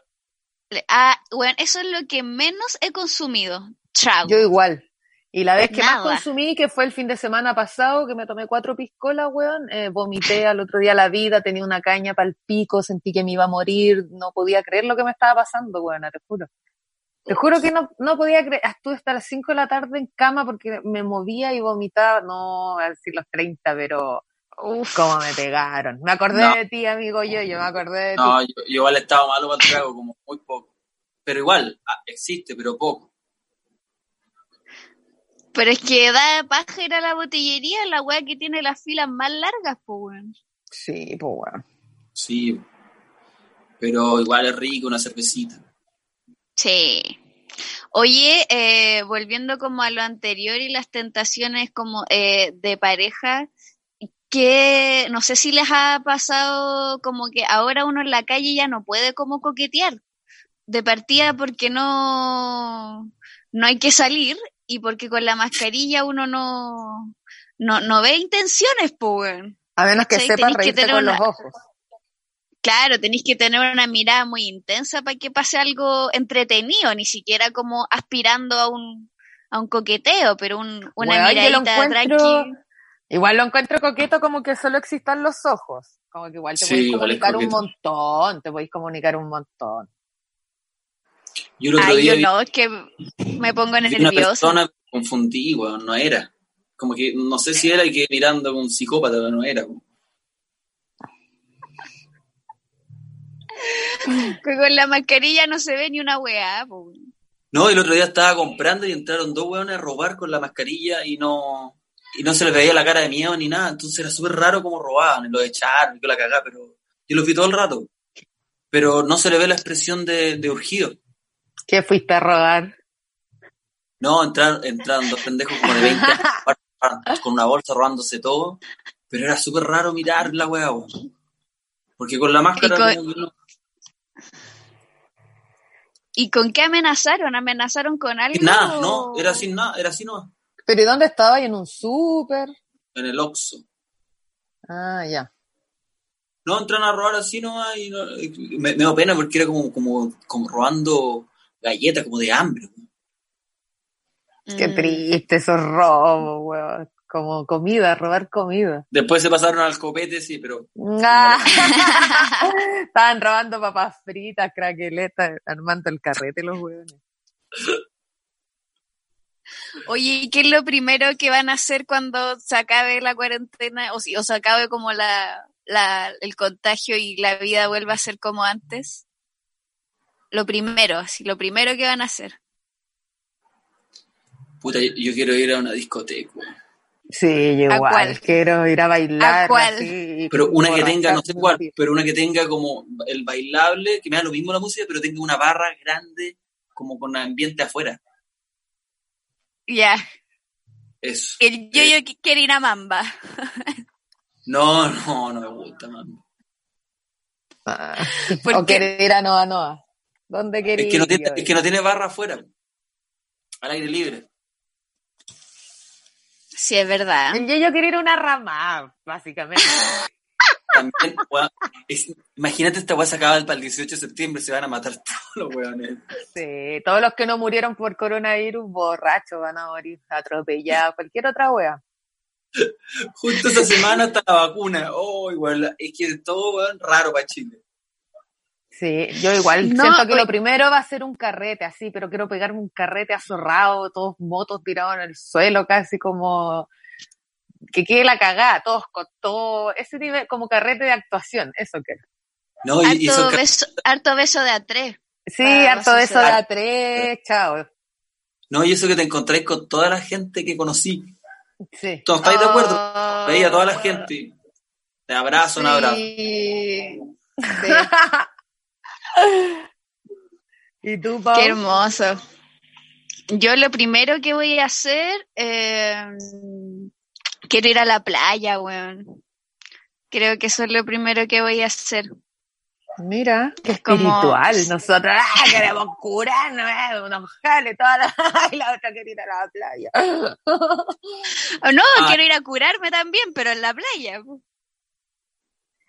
[SPEAKER 2] Ah, bueno, eso es lo que menos he consumido. Trago.
[SPEAKER 1] Yo igual. Y la vez que
[SPEAKER 2] Pues Nada.
[SPEAKER 1] más consumí, que fue el fin de semana pasado, que me tomé cuatro piscolas, weón, eh, vomité al otro día la vida, tenía una caña para el pico, sentí que me iba a morir, no podía creer lo que me estaba pasando, weón, te juro. Te juro que no, no podía creer, estuve hasta las cinco de la tarde en cama porque me movía y vomitaba, no, a decir los 30, pero... Uf, cómo me pegaron. Me acordé
[SPEAKER 3] No.
[SPEAKER 1] de ti, amigo yo, yo me acordé de ti.
[SPEAKER 3] No, yo, yo igual estaba malo para el trago, como muy poco. Pero igual, ah, existe, pero poco.
[SPEAKER 2] Pero es que da paja ir a la botillería, la weá que tiene las filas más largas, pues, weón.
[SPEAKER 1] Sí, pues weón.
[SPEAKER 3] Sí. Pero igual es rico una cervecita.
[SPEAKER 2] Sí. Oye, eh, volviendo como a lo anterior y las tentaciones como eh, de pareja, que no sé si les ha pasado como que ahora uno en la calle ya no puede como coquetear de partida porque no, no hay que salir y porque con la mascarilla uno no, no, no ve intenciones, pues. weón.
[SPEAKER 1] A menos que
[SPEAKER 2] Sí,
[SPEAKER 1] sepas
[SPEAKER 2] tenés que
[SPEAKER 1] reírte
[SPEAKER 2] tener
[SPEAKER 1] con los
[SPEAKER 2] una-
[SPEAKER 1] ojos.
[SPEAKER 2] Claro, tenéis que tener una mirada muy intensa para que pase algo entretenido, ni siquiera como aspirando a un, a un coqueteo, pero un, una
[SPEAKER 1] Weón, yo lo
[SPEAKER 2] miradita
[SPEAKER 1] encuentro-
[SPEAKER 2] tranqui.
[SPEAKER 1] Igual lo encuentro coqueto como que solo existan los ojos. Como que igual te
[SPEAKER 3] Sí,
[SPEAKER 1] podéis
[SPEAKER 3] igual es
[SPEAKER 1] comunicar un
[SPEAKER 3] coqueto.
[SPEAKER 1] montón, te podéis comunicar un montón.
[SPEAKER 3] Yo el otro
[SPEAKER 2] Ay,
[SPEAKER 3] día
[SPEAKER 2] yo
[SPEAKER 3] vi-
[SPEAKER 2] no, es que me pongo
[SPEAKER 3] vi una
[SPEAKER 2] nerviosa.
[SPEAKER 3] persona confundí, weón, no era. Como que no sé si era y que mirando como un psicópata, pero no era.
[SPEAKER 2] que Con la mascarilla no se ve ni una weá. po.
[SPEAKER 3] No, el otro día estaba comprando y entraron dos weones a robar con la mascarilla y no, y no se les veía la cara de miedo ni nada. Entonces era súper raro cómo robaban, lo echaron, yo la cagá, pero yo los vi todo el rato. Pero no se le ve la expresión de, de urgido.
[SPEAKER 1] ¿Qué fuiste a robar?
[SPEAKER 3] No, entraron, entraron dos pendejos como de 20 años, con una bolsa robándose todo, pero era súper raro mirar la weá, weón. Porque con la máscara...
[SPEAKER 2] con-
[SPEAKER 3] como que no-
[SPEAKER 2] ¿Y con qué amenazaron? ¿Amenazaron con algo?
[SPEAKER 3] sin nada, no,
[SPEAKER 2] o-
[SPEAKER 3] era sin nada, era así nomás,
[SPEAKER 1] ¿Pero y dónde estaba? ¿Y ¿En un súper?
[SPEAKER 3] en el Oxxo.
[SPEAKER 1] Ah, ya.
[SPEAKER 3] No, entran a robar así nomás y no- y me, me dio pena porque era como, como, como robando galletas, como de hambre. weón.
[SPEAKER 1] Qué
[SPEAKER 2] Mm.
[SPEAKER 1] triste esos robos, weón. Como comida, robar comida.
[SPEAKER 3] Después se pasaron al copete, sí, pero
[SPEAKER 1] Ah. Estaban robando papas fritas, craqueletas, armando el carrete los weones.
[SPEAKER 2] Oye, ¿y qué es lo primero que van a hacer cuando se acabe la cuarentena o, si- o se acabe como la, la- el contagio y la vida vuelva a ser como antes? Lo primero, así, lo primero que van a hacer.
[SPEAKER 3] puta, yo, yo quiero ir a una discoteca. weón.
[SPEAKER 1] Sí, yo
[SPEAKER 2] ¿A
[SPEAKER 1] igual.
[SPEAKER 2] cuál?
[SPEAKER 1] Quiero ir a bailar.
[SPEAKER 2] ¿A cuál?
[SPEAKER 1] así,
[SPEAKER 3] Pero una que
[SPEAKER 1] borrachar
[SPEAKER 3] tenga, no sé
[SPEAKER 1] mi
[SPEAKER 3] cuál,
[SPEAKER 1] vida.
[SPEAKER 3] pero una que tenga como el bailable, que me da lo mismo la música, pero tenga una barra grande, como con ambiente afuera.
[SPEAKER 2] Ya,
[SPEAKER 3] Eso.
[SPEAKER 2] que yo, yo qui- quiero ir a Mamba.
[SPEAKER 3] No, no, no me gusta, man.
[SPEAKER 1] Ah.
[SPEAKER 2] ¿Por
[SPEAKER 1] O
[SPEAKER 2] qué?
[SPEAKER 1] querer ir a Noa Noa. ¿Dónde querés
[SPEAKER 3] Es que no
[SPEAKER 1] ir
[SPEAKER 3] tiene,
[SPEAKER 1] hoy?
[SPEAKER 3] es que no tiene barra afuera. Al aire libre.
[SPEAKER 2] Sí, es verdad.
[SPEAKER 1] El Yeyo quiere ir a una ramada, básicamente.
[SPEAKER 3] También, weón, es- imagínate esta weá se acaba para el 18 de septiembre, se van a matar todos los weones.
[SPEAKER 1] Sí, todos los que no murieron por coronavirus, borrachos, van a morir atropellados, cualquier otra wea.
[SPEAKER 3] Justo esa semana está la vacuna. Oh, igual, la- es que todo weón, raro para Chile.
[SPEAKER 1] Sí, yo igual
[SPEAKER 2] No,
[SPEAKER 1] siento que
[SPEAKER 2] oye-
[SPEAKER 1] lo primero va a ser un carrete, así, pero quiero pegarme un carrete azorrado, todos motos tirados en el suelo, casi como que quede la cagada, todos con todo, ese nivel, como carrete de actuación, eso que.
[SPEAKER 3] No, y, y
[SPEAKER 2] Harto
[SPEAKER 3] esos ca-
[SPEAKER 2] beso, harto beso de A3.
[SPEAKER 1] Sí,
[SPEAKER 2] Ah,
[SPEAKER 1] harto de eso de
[SPEAKER 2] social.
[SPEAKER 1] a tres, chao.
[SPEAKER 3] no, y eso que te encontré con toda la gente que conocí.
[SPEAKER 1] Sí.
[SPEAKER 3] ¿Todos estáis de acuerdo?
[SPEAKER 2] Oh.
[SPEAKER 3] Veía a toda la gente. Te abrazo, un abrazo.
[SPEAKER 2] Sí. Sí.
[SPEAKER 1] ¿Y tú, Pau?
[SPEAKER 2] Qué hermoso. Yo lo primero que voy a hacer, eh, quiero ir a la playa, weón. Creo que eso es lo primero que voy a hacer.
[SPEAKER 1] Mira, qué
[SPEAKER 2] como-
[SPEAKER 1] espiritual. Nosotros ah, queremos curarnos, eh, unos jales, toda la, y la otra quiere ir a la playa.
[SPEAKER 2] Oh, no,
[SPEAKER 3] Ah.
[SPEAKER 2] quiero ir a curarme también, pero en la playa. po.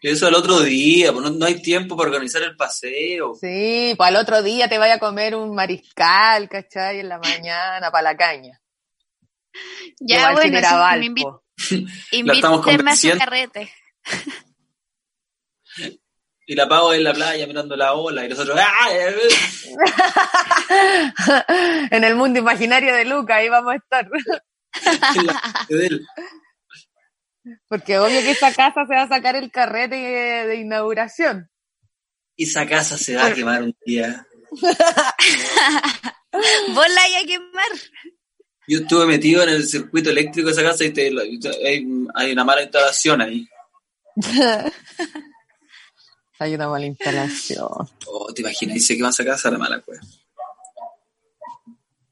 [SPEAKER 3] Eso el otro día, pues no, no hay tiempo para organizar el paseo.
[SPEAKER 1] Sí, para el otro día te vaya a comer un mariscal, ¿cachai? En la mañana, para la caña.
[SPEAKER 2] Ya,
[SPEAKER 1] Igual
[SPEAKER 2] bueno,
[SPEAKER 1] sin ir a
[SPEAKER 2] sí,
[SPEAKER 1] Valpo.
[SPEAKER 2] me invi-
[SPEAKER 3] La estamos
[SPEAKER 2] invítenme a su
[SPEAKER 3] convenciendo.
[SPEAKER 2] carrete.
[SPEAKER 3] Y la pago en la playa mirando la ola y nosotros, ¡ah! eh, eh".
[SPEAKER 1] en el mundo imaginario de Luca, ahí vamos a estar.
[SPEAKER 3] En la- de él.
[SPEAKER 1] Porque obvio que esa casa se va a sacar el carrete de, de inauguración.
[SPEAKER 3] Y esa casa se va a quemar un día.
[SPEAKER 2] Vos la hay a quemar.
[SPEAKER 3] Yo estuve metido en el circuito eléctrico de esa casa y te- la- y te- hay, hay una mala instalación ahí.
[SPEAKER 1] Hay una mala instalación.
[SPEAKER 3] Oh, te imaginas, dice que van a esa casa la mala pues.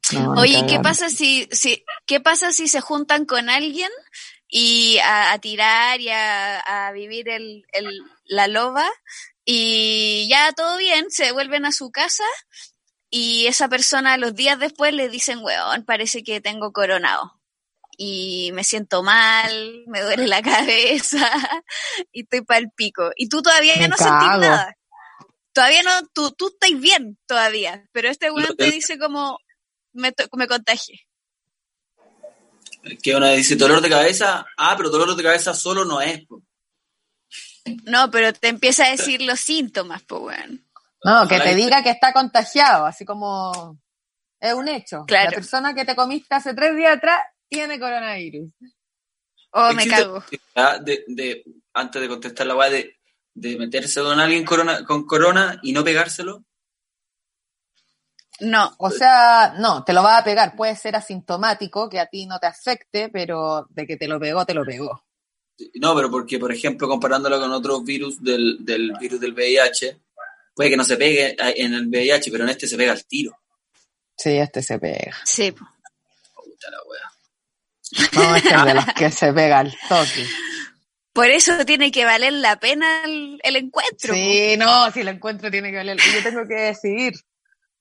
[SPEAKER 3] cueva.
[SPEAKER 1] No,
[SPEAKER 2] Oye, ¿y
[SPEAKER 1] no
[SPEAKER 2] ¿qué
[SPEAKER 1] cagaron.
[SPEAKER 2] pasa si, si, qué pasa si se juntan con alguien y a, a tirar y a, a vivir el, el- la loba y ya todo bien, se vuelven a su casa y esa persona los días después le dicen, weón, parece que tengo coronado y me siento mal, me duele la cabeza y estoy pal pico y tú todavía
[SPEAKER 1] Me
[SPEAKER 2] no sentís
[SPEAKER 1] cago.
[SPEAKER 2] nada. Todavía no, tú, tú estás bien todavía, pero este weón te
[SPEAKER 3] del-
[SPEAKER 2] dice como, me, to- me contagié.
[SPEAKER 3] Que una dice dolor de cabeza, ah, pero dolor de cabeza solo no es. po.
[SPEAKER 2] No, pero te empieza a decir los síntomas, pues, weón.
[SPEAKER 1] No, que
[SPEAKER 3] Ojalá
[SPEAKER 1] te
[SPEAKER 3] que-
[SPEAKER 1] diga que está contagiado, así como es un hecho.
[SPEAKER 2] Claro.
[SPEAKER 1] La persona que te comiste hace tres días atrás tiene coronavirus.
[SPEAKER 2] Oh, me
[SPEAKER 3] Existe-
[SPEAKER 2] cago.
[SPEAKER 3] Ah, De, de- antes de contestar la weá, de, de meterse con alguien corona, con corona y no pegárselo.
[SPEAKER 2] No,
[SPEAKER 1] O sea, no, te lo va a pegar. Puede ser asintomático, que a ti no te afecte, pero de que te lo pegó, te lo pegó.
[SPEAKER 3] No, pero porque, por ejemplo, comparándolo con otros virus del, del virus del VIH, puede que no se pegue eh, en el VIH, pero en este se pega al tiro.
[SPEAKER 1] Sí, este se pega.
[SPEAKER 2] sí. po.
[SPEAKER 3] Puta la wea.
[SPEAKER 1] No, este es de los que se pega al toque.
[SPEAKER 2] Por eso tiene que valer la pena el, el encuentro.
[SPEAKER 5] Sí, no, si lo encuentro tiene que valer. Yo tengo que decidir.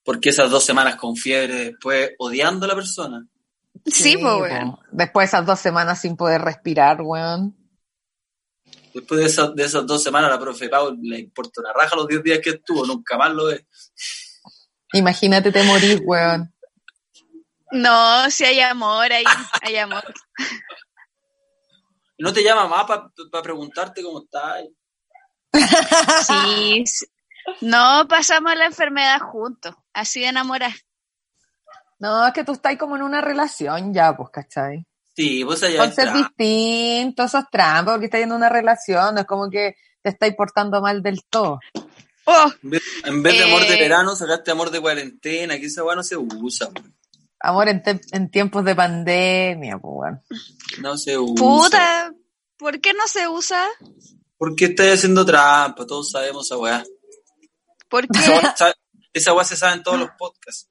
[SPEAKER 3] Porque esas dos semanas con fiebre después odiando a la persona.
[SPEAKER 2] po. Sí, po, weón.
[SPEAKER 5] po.
[SPEAKER 1] pues, Después esas dos semanas sin poder respirar, weón.
[SPEAKER 3] Después de esas, de esas dos semanas, la profe Pau le importa una raja los 10 días que estuvo, nunca más lo ve.
[SPEAKER 1] Imagínate te morís, weón.
[SPEAKER 2] No, si hay amor, hay, hay amor.
[SPEAKER 3] Y no te llama más para preguntarte cómo estás.
[SPEAKER 2] Sí. sí. No, pasamos la enfermedad juntos, así de enamorar.
[SPEAKER 1] No, es que tú estás como en una relación ya, pues, ¿cachai?
[SPEAKER 3] Sí, vos allá
[SPEAKER 1] Entonces es
[SPEAKER 3] entrás.
[SPEAKER 1] distinto, sos trampa, porque estás en una relación, no es como que te estáis portando mal del todo.
[SPEAKER 2] Oh,
[SPEAKER 3] En vez, en vez de amor de
[SPEAKER 2] Eh.
[SPEAKER 3] verano, sacaste amor de cuarentena, que esa weá no se usa, weón.
[SPEAKER 1] Amor, en, te- en tiempos de pandemia, pues, weón.
[SPEAKER 3] No se usa.
[SPEAKER 2] puta, ¿por qué no se usa?
[SPEAKER 3] ¿Por qué estás haciendo trampa? Todos sabemos esa weá.
[SPEAKER 2] ¿Por qué?
[SPEAKER 3] Esa weá, sa- esa weá se sabe en todos los podcasts.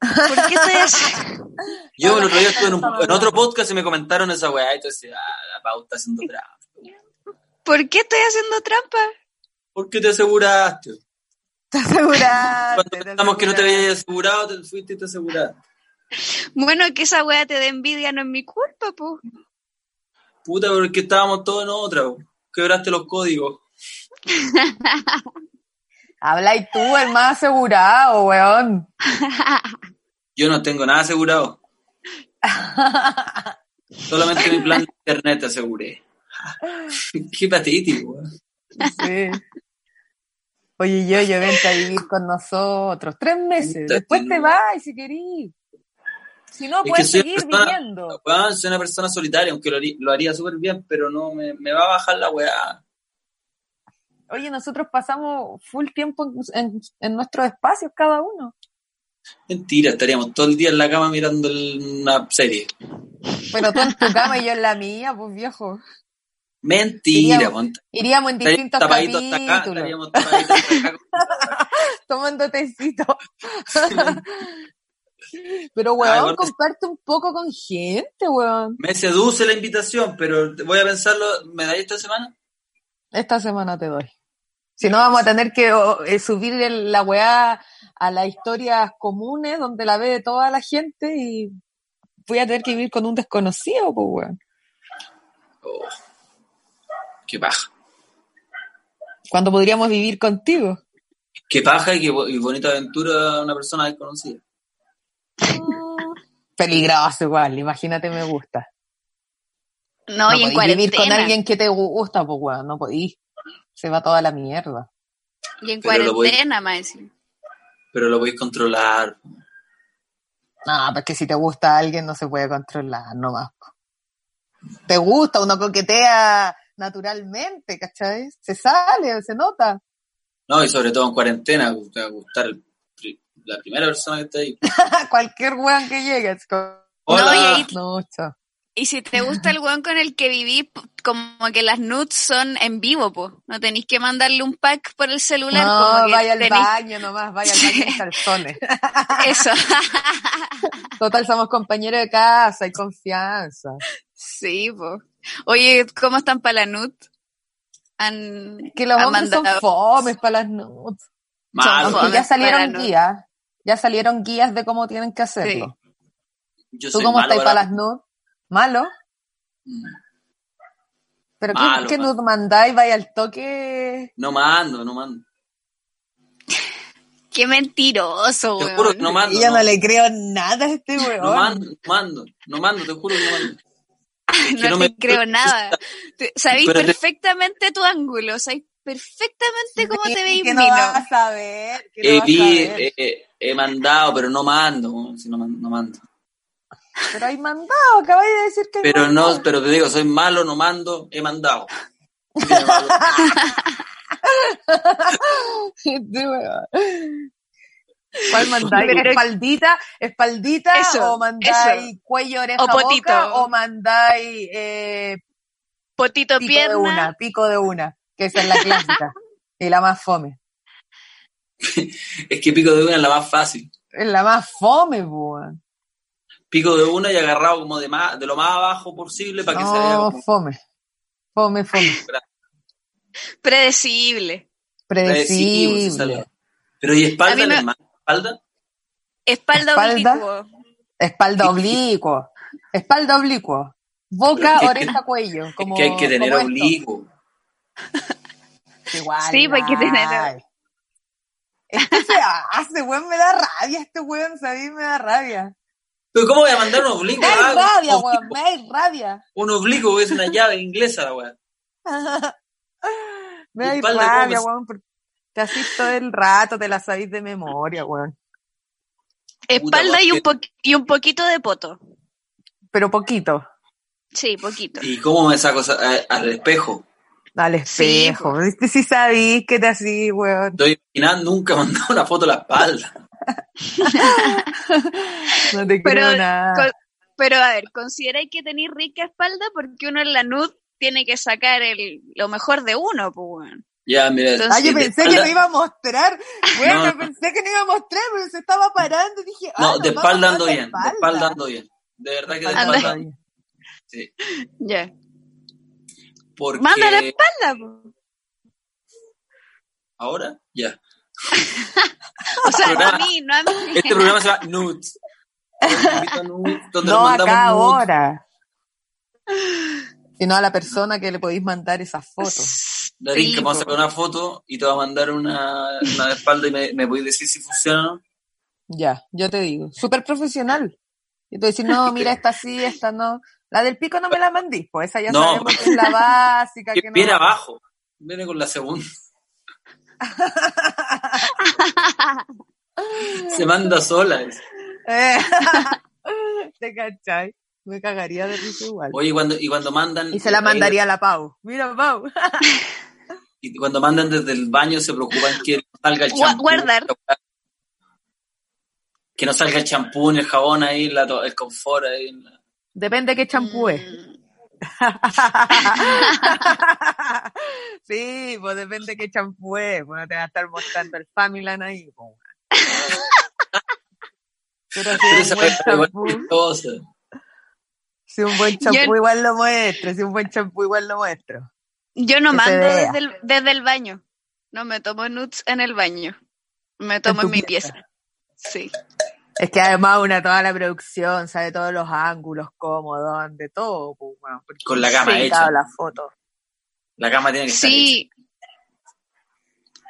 [SPEAKER 2] ¿Por qué estoy así?
[SPEAKER 3] Yo el otro día estuve en, un- en otro podcast y me comentaron esa weá, entonces, ah, la Pau está haciendo trampa.
[SPEAKER 2] ¿Por qué estoy haciendo trampa?
[SPEAKER 3] ¿Por qué te aseguraste?
[SPEAKER 1] Te aseguraste.
[SPEAKER 3] Cuando pensamos que no te habías asegurado, te fuiste y te aseguraste.
[SPEAKER 2] Bueno, que esa weá te dé envidia no es mi culpa, po.
[SPEAKER 3] Puta, pero es que estábamos todos en otra. po. Quebraste los códigos.
[SPEAKER 1] Habláis tú, el más asegurado, weón.
[SPEAKER 3] Yo no tengo nada asegurado. Solamente mi plan de internet aseguré. Qué patético. weón.
[SPEAKER 1] Sí. Oye, yo, yo vente a vivir con nosotros. Tres meses.
[SPEAKER 3] Puta,
[SPEAKER 1] Después
[SPEAKER 3] sí,
[SPEAKER 1] te
[SPEAKER 3] no.
[SPEAKER 1] vas, si querís. Si no,
[SPEAKER 3] que
[SPEAKER 1] puedes
[SPEAKER 3] soy
[SPEAKER 1] seguir
[SPEAKER 3] persona-
[SPEAKER 1] viviendo.
[SPEAKER 3] Weón, soy una persona solitaria, aunque lo haría, lo haría súper bien, pero no me, me va a bajar la weá.
[SPEAKER 1] Oye, nosotros pasamos full tiempo en- en, en nuestros espacios cada uno.
[SPEAKER 3] Mentira, estaríamos todo el día en la cama mirando el- una serie.
[SPEAKER 1] Pero tú en tu cama y yo en la mía, pues viejo.
[SPEAKER 3] Mentira,
[SPEAKER 1] Iríamos-
[SPEAKER 3] weón.
[SPEAKER 1] Iríamos en
[SPEAKER 3] Estaríamos
[SPEAKER 1] distintos
[SPEAKER 3] tapaditos hasta acá,
[SPEAKER 1] capítulos,
[SPEAKER 3] estaríamos tapaditos hasta acá.
[SPEAKER 1] tomando tecito. Pero,
[SPEAKER 3] Ah,
[SPEAKER 1] weón,
[SPEAKER 3] gordo.
[SPEAKER 1] comparte un poco con gente, weón.
[SPEAKER 3] Me seduce la invitación, pero voy a pensarlo. ¿Me dais esta semana?
[SPEAKER 1] Esta semana te doy. Si no, vamos a tener que o, eh, subir el- la weá a las historias comunes donde la ve toda la gente y voy a tener que vivir con un desconocido, pues, weón.
[SPEAKER 3] Oh, qué paja.
[SPEAKER 1] Cuando podríamos vivir contigo.
[SPEAKER 3] Qué paja y qué bo- y bonita aventura una persona desconocida.
[SPEAKER 1] Peligroso igual, imagínate, me gusta.
[SPEAKER 2] No, y en
[SPEAKER 1] podís pues, vivir con
[SPEAKER 2] cuarentena.
[SPEAKER 1] alguien que te gusta, pues, weón, no podís. Se va toda la mierda.
[SPEAKER 2] Y en
[SPEAKER 3] Pero lo voy-
[SPEAKER 2] cuarentena, más encima.
[SPEAKER 3] Pero lo podéis controlar.
[SPEAKER 1] No, porque si te gusta alguien no se puede controlar nomás. po. Te gusta, uno coquetea naturalmente, ¿cachai? Se sale, se nota.
[SPEAKER 3] No, y sobre todo en cuarentena, te va a gustar el pri- la primera persona que esté ahí.
[SPEAKER 1] Cualquier weón que llegue. es como- "Ah,
[SPEAKER 2] No, y
[SPEAKER 3] Hola.
[SPEAKER 2] ahí-
[SPEAKER 1] No, chao.
[SPEAKER 2] Y si te gusta el weón con el que viví, p- como que las nudes son en vivo, po. No tenéis que mandarle un pack por el celular. como
[SPEAKER 1] No,
[SPEAKER 2] que
[SPEAKER 1] vaya al
[SPEAKER 2] tenéis-
[SPEAKER 1] baño nomás, vaya al baño en calzones.
[SPEAKER 2] Eso.
[SPEAKER 1] Total, somos compañeros de casa, hay confianza.
[SPEAKER 2] sí, po. Oye, ¿cómo están para la nude? Han,
[SPEAKER 1] Que los
[SPEAKER 2] han
[SPEAKER 1] hombres son
[SPEAKER 2] mandado-
[SPEAKER 1] fomes para las nudes.
[SPEAKER 2] Son
[SPEAKER 3] Malo.
[SPEAKER 1] Aunque ya
[SPEAKER 2] fomes para
[SPEAKER 1] salieron
[SPEAKER 2] nudes.
[SPEAKER 1] guías, ya salieron guías de cómo tienen que hacerlo.
[SPEAKER 3] Yo
[SPEAKER 1] ¿Tú
[SPEAKER 3] soy
[SPEAKER 1] cómo
[SPEAKER 3] malo
[SPEAKER 1] estás para
[SPEAKER 3] para-
[SPEAKER 1] las nudes? ¿Malo? ¿Pero qué,
[SPEAKER 3] Malo,
[SPEAKER 1] qué
[SPEAKER 3] malo.
[SPEAKER 1] nude mandáis? ¿Vais al toque?
[SPEAKER 3] No mando, no mando.
[SPEAKER 2] Qué mentiroso,
[SPEAKER 3] Te
[SPEAKER 2] weón.
[SPEAKER 3] juro que no mando.
[SPEAKER 1] Y yo
[SPEAKER 3] No,
[SPEAKER 1] no. le creo nada a este weón.
[SPEAKER 3] No mando, no mando, no mando, te juro que no mando.
[SPEAKER 2] No
[SPEAKER 3] que no
[SPEAKER 2] te
[SPEAKER 3] me-
[SPEAKER 2] creo nada. Te- Sabéis
[SPEAKER 3] Pero te-
[SPEAKER 2] perfectamente tu ángulo, sabéis perfectamente cómo te veis
[SPEAKER 1] que
[SPEAKER 2] vino.
[SPEAKER 1] no vas a ver, que no
[SPEAKER 3] He,
[SPEAKER 1] vas a
[SPEAKER 3] Eh, vi-
[SPEAKER 1] ver.
[SPEAKER 3] he- he- he mandado, pero no mando. si no man- no mando.
[SPEAKER 1] Pero hay mandado, acabáis de decir que hay
[SPEAKER 3] Pero
[SPEAKER 1] mandado.
[SPEAKER 3] no, pero te digo, soy malo, no mando, he mandado.
[SPEAKER 1] Este weón. ¿Cuál mandáis?
[SPEAKER 2] Pero-
[SPEAKER 1] ¿Espaldita? ¿Espaldita?
[SPEAKER 2] Eso,
[SPEAKER 1] ¿O mandáis cuello, oreja,
[SPEAKER 2] O potito.
[SPEAKER 1] boca? ¿O mandáis eh,
[SPEAKER 2] Potito
[SPEAKER 1] pico
[SPEAKER 2] pierna.
[SPEAKER 1] de una? Pico de una, que esa es la clásica. y la más fome.
[SPEAKER 3] Es que pico de una es la más fácil.
[SPEAKER 1] Es la más fome, weón.
[SPEAKER 3] pico de una y agarrado como de, más, de lo más abajo posible para que se Eh, vea
[SPEAKER 1] No,
[SPEAKER 3] como
[SPEAKER 1] fome. Fome, fome.
[SPEAKER 2] Predecible.
[SPEAKER 1] Oh,
[SPEAKER 3] predecible, se
[SPEAKER 1] Predecible.
[SPEAKER 3] salga. pues, Pero ¿y
[SPEAKER 2] A mí
[SPEAKER 3] espalda,
[SPEAKER 2] me-
[SPEAKER 3] la hermana? ¿Espalda?
[SPEAKER 2] Espalda,
[SPEAKER 1] Espalda.
[SPEAKER 2] oblicua.
[SPEAKER 1] Espalda oblicuo. Espalda oblicuo. Boca,
[SPEAKER 3] Pero es que-
[SPEAKER 1] oreja, cuello. Como,
[SPEAKER 3] es que hay que tener
[SPEAKER 1] como esto.
[SPEAKER 3] oblicuo.
[SPEAKER 1] Igual.
[SPEAKER 2] Sí, pues hay que tener-
[SPEAKER 1] ay. Es que se hace, weón, me da rabia este weón, sabí, me da rabia.
[SPEAKER 3] ¿Pero cómo voy a mandar un oblicuo?
[SPEAKER 1] Me da
[SPEAKER 3] Ah,
[SPEAKER 1] rabia,
[SPEAKER 3] un-
[SPEAKER 1] weón, me da rabia.
[SPEAKER 3] Un oblicuo es una llave inglesa, la weá.
[SPEAKER 1] Me
[SPEAKER 3] Mi
[SPEAKER 1] da
[SPEAKER 3] espalda, ¿cómo
[SPEAKER 1] rabia,
[SPEAKER 3] me-
[SPEAKER 1] weón, porque te haces todo el rato, te la sabís de memoria, weón.
[SPEAKER 2] Espalda y un,
[SPEAKER 3] Puta,
[SPEAKER 2] po- y un poquito de poto.
[SPEAKER 1] Pero poquito,
[SPEAKER 2] Sí, poquito.
[SPEAKER 3] ¿Y cómo me saco esa- a- al espejo?
[SPEAKER 1] al
[SPEAKER 3] pues.
[SPEAKER 2] Sí,
[SPEAKER 1] espejo. Si sabís que te así, weón.
[SPEAKER 3] Estoy imaginando nunca mandar una foto a la espalda.
[SPEAKER 1] No te
[SPEAKER 2] Pero
[SPEAKER 1] creo nada.
[SPEAKER 2] con- Pero a ver, consideráis que tenéis rica espalda porque uno en la nud tiene que sacar el, lo mejor de uno, pues weón.
[SPEAKER 3] Ya, mira.
[SPEAKER 2] Entonces-
[SPEAKER 1] Ah, yo
[SPEAKER 3] de
[SPEAKER 1] pensé que
[SPEAKER 3] espalda-
[SPEAKER 1] no iba a mostrar. Bueno,
[SPEAKER 3] No, no.
[SPEAKER 1] pensé que no iba a mostrar, pero se estaba parando. Dije, ah,
[SPEAKER 3] No, de
[SPEAKER 1] nos va a
[SPEAKER 3] espalda
[SPEAKER 1] mostrar
[SPEAKER 3] ando
[SPEAKER 1] la
[SPEAKER 3] bien. De espalda ando bien. De verdad que de
[SPEAKER 2] Ando-
[SPEAKER 3] espalda. ando- Sí.
[SPEAKER 2] Ya.
[SPEAKER 3] Porque
[SPEAKER 2] Manda la espalda, po.
[SPEAKER 3] ahora, ya.
[SPEAKER 2] O sea, no a
[SPEAKER 3] Programa-
[SPEAKER 2] mí, no a mí.
[SPEAKER 3] Este programa se llama Nudes. Invita a Nudes, donde nos
[SPEAKER 1] No
[SPEAKER 3] mandamos
[SPEAKER 1] acá
[SPEAKER 3] nudes.
[SPEAKER 1] ahora. Sino a la persona que le podéis mandar esas fotos.
[SPEAKER 3] Darín,
[SPEAKER 2] Sí,
[SPEAKER 3] que vamos
[SPEAKER 2] po.
[SPEAKER 3] a sacar una foto y te va a mandar una, una de espalda y me, me voy a decir si funciona o no.
[SPEAKER 1] Ya, yo te digo. Súper profesional. Y tú decís, no, mira, esta sí, esta no. La del pico no me la mandís, pues esa ya
[SPEAKER 3] No.
[SPEAKER 1] sabemos que es la básica.
[SPEAKER 3] Que
[SPEAKER 1] Que no
[SPEAKER 3] viene
[SPEAKER 1] va.
[SPEAKER 3] abajo. Viene con la segunda. Se manda sola. es.
[SPEAKER 1] Eh. ¿Te cachai? Me cagaría de risa igual.
[SPEAKER 3] Oye, cuando, y cuando mandan.
[SPEAKER 1] Y se la mandaría a la Pau. Mira, Pau.
[SPEAKER 3] Y cuando mandan desde el baño se preocupan que no salga el
[SPEAKER 2] Gua-
[SPEAKER 3] champú.
[SPEAKER 2] guardar.
[SPEAKER 3] Que no salga el champú, ni el jabón ahí, la to- el confort ahí. en la-
[SPEAKER 1] Depende de qué champú es.
[SPEAKER 2] Mm,
[SPEAKER 1] sí, pues depende qué champú es. Bueno, te va a estar mostrando el Familan ahí. po. Pero si
[SPEAKER 3] Pero
[SPEAKER 1] un
[SPEAKER 3] esa
[SPEAKER 1] buen
[SPEAKER 3] weá igual
[SPEAKER 1] champú,
[SPEAKER 3] que cosa.
[SPEAKER 1] si un buen champú
[SPEAKER 2] Yo-
[SPEAKER 1] igual lo muestro, si un buen champú igual lo muestro.
[SPEAKER 2] Yo no
[SPEAKER 1] Que se
[SPEAKER 2] mando
[SPEAKER 1] vea.
[SPEAKER 2] desde el, desde el baño. No me tomo nudes en el baño. Me tomo
[SPEAKER 1] tu
[SPEAKER 2] en, mi
[SPEAKER 1] pieza.
[SPEAKER 2] pieza. Sí.
[SPEAKER 1] Es que además una toda la producción, sabe todos los ángulos, cómo, dónde, todo. po, bueno, porque
[SPEAKER 3] Con la cama
[SPEAKER 1] es
[SPEAKER 3] hecha.
[SPEAKER 1] complicado la foto.
[SPEAKER 3] La cama tiene que estar hecha.
[SPEAKER 2] Sí,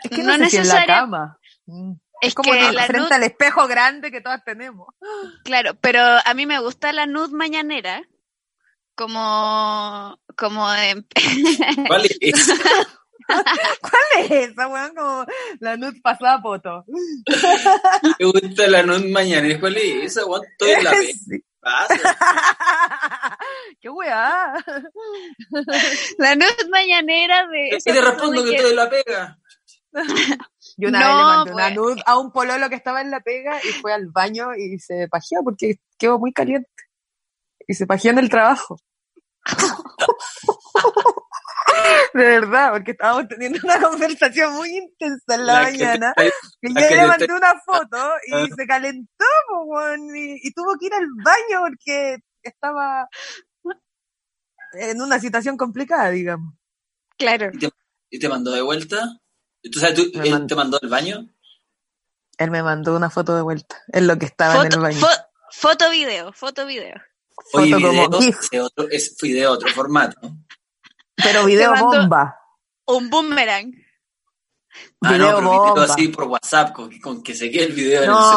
[SPEAKER 1] Es que
[SPEAKER 2] No
[SPEAKER 1] no, sé si en la
[SPEAKER 2] necesaria-
[SPEAKER 1] cama. Mm.
[SPEAKER 2] es,
[SPEAKER 1] Es como
[SPEAKER 2] que
[SPEAKER 1] que
[SPEAKER 2] la
[SPEAKER 1] frente
[SPEAKER 2] nud,
[SPEAKER 1] al espejo grande que todas tenemos.
[SPEAKER 2] claro, pero a mí me gusta la nud mañanera, como, como en-
[SPEAKER 3] ¿Cuál es esa?
[SPEAKER 1] ¿Cuál es esa, weón? Como la nude pasada poto.
[SPEAKER 3] Me gusta la nude mañana. ¿Cuál es esa? weón? Estoy en la vez.
[SPEAKER 1] Sí.
[SPEAKER 3] pasa?
[SPEAKER 1] ¡Qué weá!
[SPEAKER 2] la nud mañanera de...
[SPEAKER 3] Y te respondo que estoy en la pega.
[SPEAKER 1] Yo una
[SPEAKER 2] No,
[SPEAKER 1] vez le mandé una
[SPEAKER 2] pues.
[SPEAKER 1] nude a un pololo que estaba en la pega y fue al baño y se pajeó porque quedó muy caliente. Y se pajeó en el trabajo. De verdad, porque estábamos teniendo una conversación muy intensa en la,
[SPEAKER 3] La que te
[SPEAKER 1] mañana.
[SPEAKER 3] está-
[SPEAKER 1] Que
[SPEAKER 3] la
[SPEAKER 1] yo
[SPEAKER 3] que
[SPEAKER 1] le
[SPEAKER 3] te
[SPEAKER 1] mandé
[SPEAKER 3] está-
[SPEAKER 1] una foto
[SPEAKER 3] Ah.
[SPEAKER 1] y se calentó, po, weón, y, y tuvo que ir al baño porque estaba en una situación complicada, digamos.
[SPEAKER 2] Claro.
[SPEAKER 3] Y te mandó de vuelta. Y ¿Tú sabes, tú,
[SPEAKER 1] Me
[SPEAKER 3] él
[SPEAKER 1] mandó.
[SPEAKER 3] te mandó al baño?
[SPEAKER 1] Él me mandó una foto de vuelta, en lo que estaba en el
[SPEAKER 2] Foto,
[SPEAKER 1] baño.
[SPEAKER 2] fo- foto, video, foto, video.
[SPEAKER 1] Foto
[SPEAKER 3] Oye,
[SPEAKER 1] como
[SPEAKER 3] video,
[SPEAKER 1] GIF,
[SPEAKER 3] de otro, es, fui de otro formato.
[SPEAKER 1] pero video
[SPEAKER 2] Te mandó-
[SPEAKER 1] bomba.
[SPEAKER 2] Un boomerang.
[SPEAKER 3] Ah, no,
[SPEAKER 1] Video
[SPEAKER 3] pero
[SPEAKER 1] bomba.
[SPEAKER 3] video así por WhatsApp, con, con que se quede el video en el celular.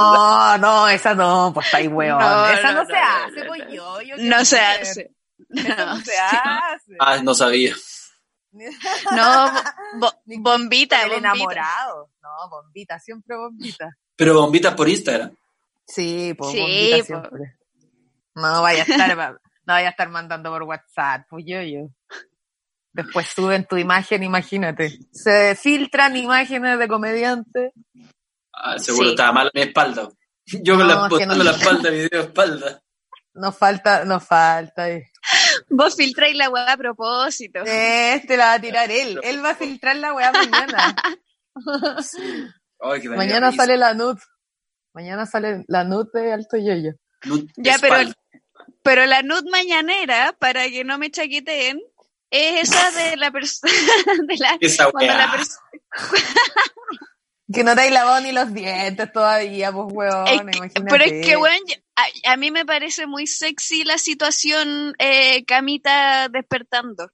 [SPEAKER 1] No, no, esa no, pues está ahí, weón.
[SPEAKER 2] No,
[SPEAKER 1] esa no,
[SPEAKER 2] no,
[SPEAKER 1] se
[SPEAKER 2] no, no,
[SPEAKER 1] hace,
[SPEAKER 2] no,
[SPEAKER 1] pues
[SPEAKER 2] no.
[SPEAKER 1] yo, yo
[SPEAKER 2] No
[SPEAKER 1] qué
[SPEAKER 2] se
[SPEAKER 1] mujer.
[SPEAKER 2] hace.
[SPEAKER 1] Eso no
[SPEAKER 2] No,
[SPEAKER 1] se
[SPEAKER 2] sí.
[SPEAKER 1] hace.
[SPEAKER 3] Ah, no sabía.
[SPEAKER 2] No, bo- bombita,
[SPEAKER 1] El
[SPEAKER 2] bombita.
[SPEAKER 1] enamorado. No, bombita, siempre bombita.
[SPEAKER 3] Pero bombitas por Instagram.
[SPEAKER 1] Sí, pues
[SPEAKER 2] Sí,
[SPEAKER 1] bombita
[SPEAKER 2] po.
[SPEAKER 1] siempre. No vaya a estar, va- no vaya a estar mandando por WhatsApp, pues yo, yo. Después suben tu imagen, imagínate. Se filtran imágenes de comediantes.
[SPEAKER 3] Ah, seguro
[SPEAKER 2] Sí.
[SPEAKER 3] estaba mal mi espalda. Yo con
[SPEAKER 1] No,
[SPEAKER 3] la,
[SPEAKER 1] es que no.
[SPEAKER 3] botando la espalda, video espalda.
[SPEAKER 1] Nos falta, nos falta. eh.
[SPEAKER 2] Vos filtráis la weá a propósito.
[SPEAKER 1] Este la va a tirar él. Él va a filtrar la weá mañana.
[SPEAKER 3] Ay, que me dio
[SPEAKER 1] Mañana
[SPEAKER 3] risa.
[SPEAKER 1] sale la nud. Mañana sale la nud de Alto Yoyo.
[SPEAKER 3] Nud de
[SPEAKER 2] Ya, pero-
[SPEAKER 3] espalda.
[SPEAKER 2] Pero la nud mañanera, para que no me chaqueteen, es esa de la persona, de la,
[SPEAKER 3] Esa
[SPEAKER 2] cuando la
[SPEAKER 3] weá.
[SPEAKER 2] pers-
[SPEAKER 1] Que no te has lavado ni los dientes todavía, pues, weón.
[SPEAKER 2] Es que-
[SPEAKER 1] imagínate.
[SPEAKER 2] pero es que, weón, yo- a, a mí me parece muy sexy la situación eh, camita despertando.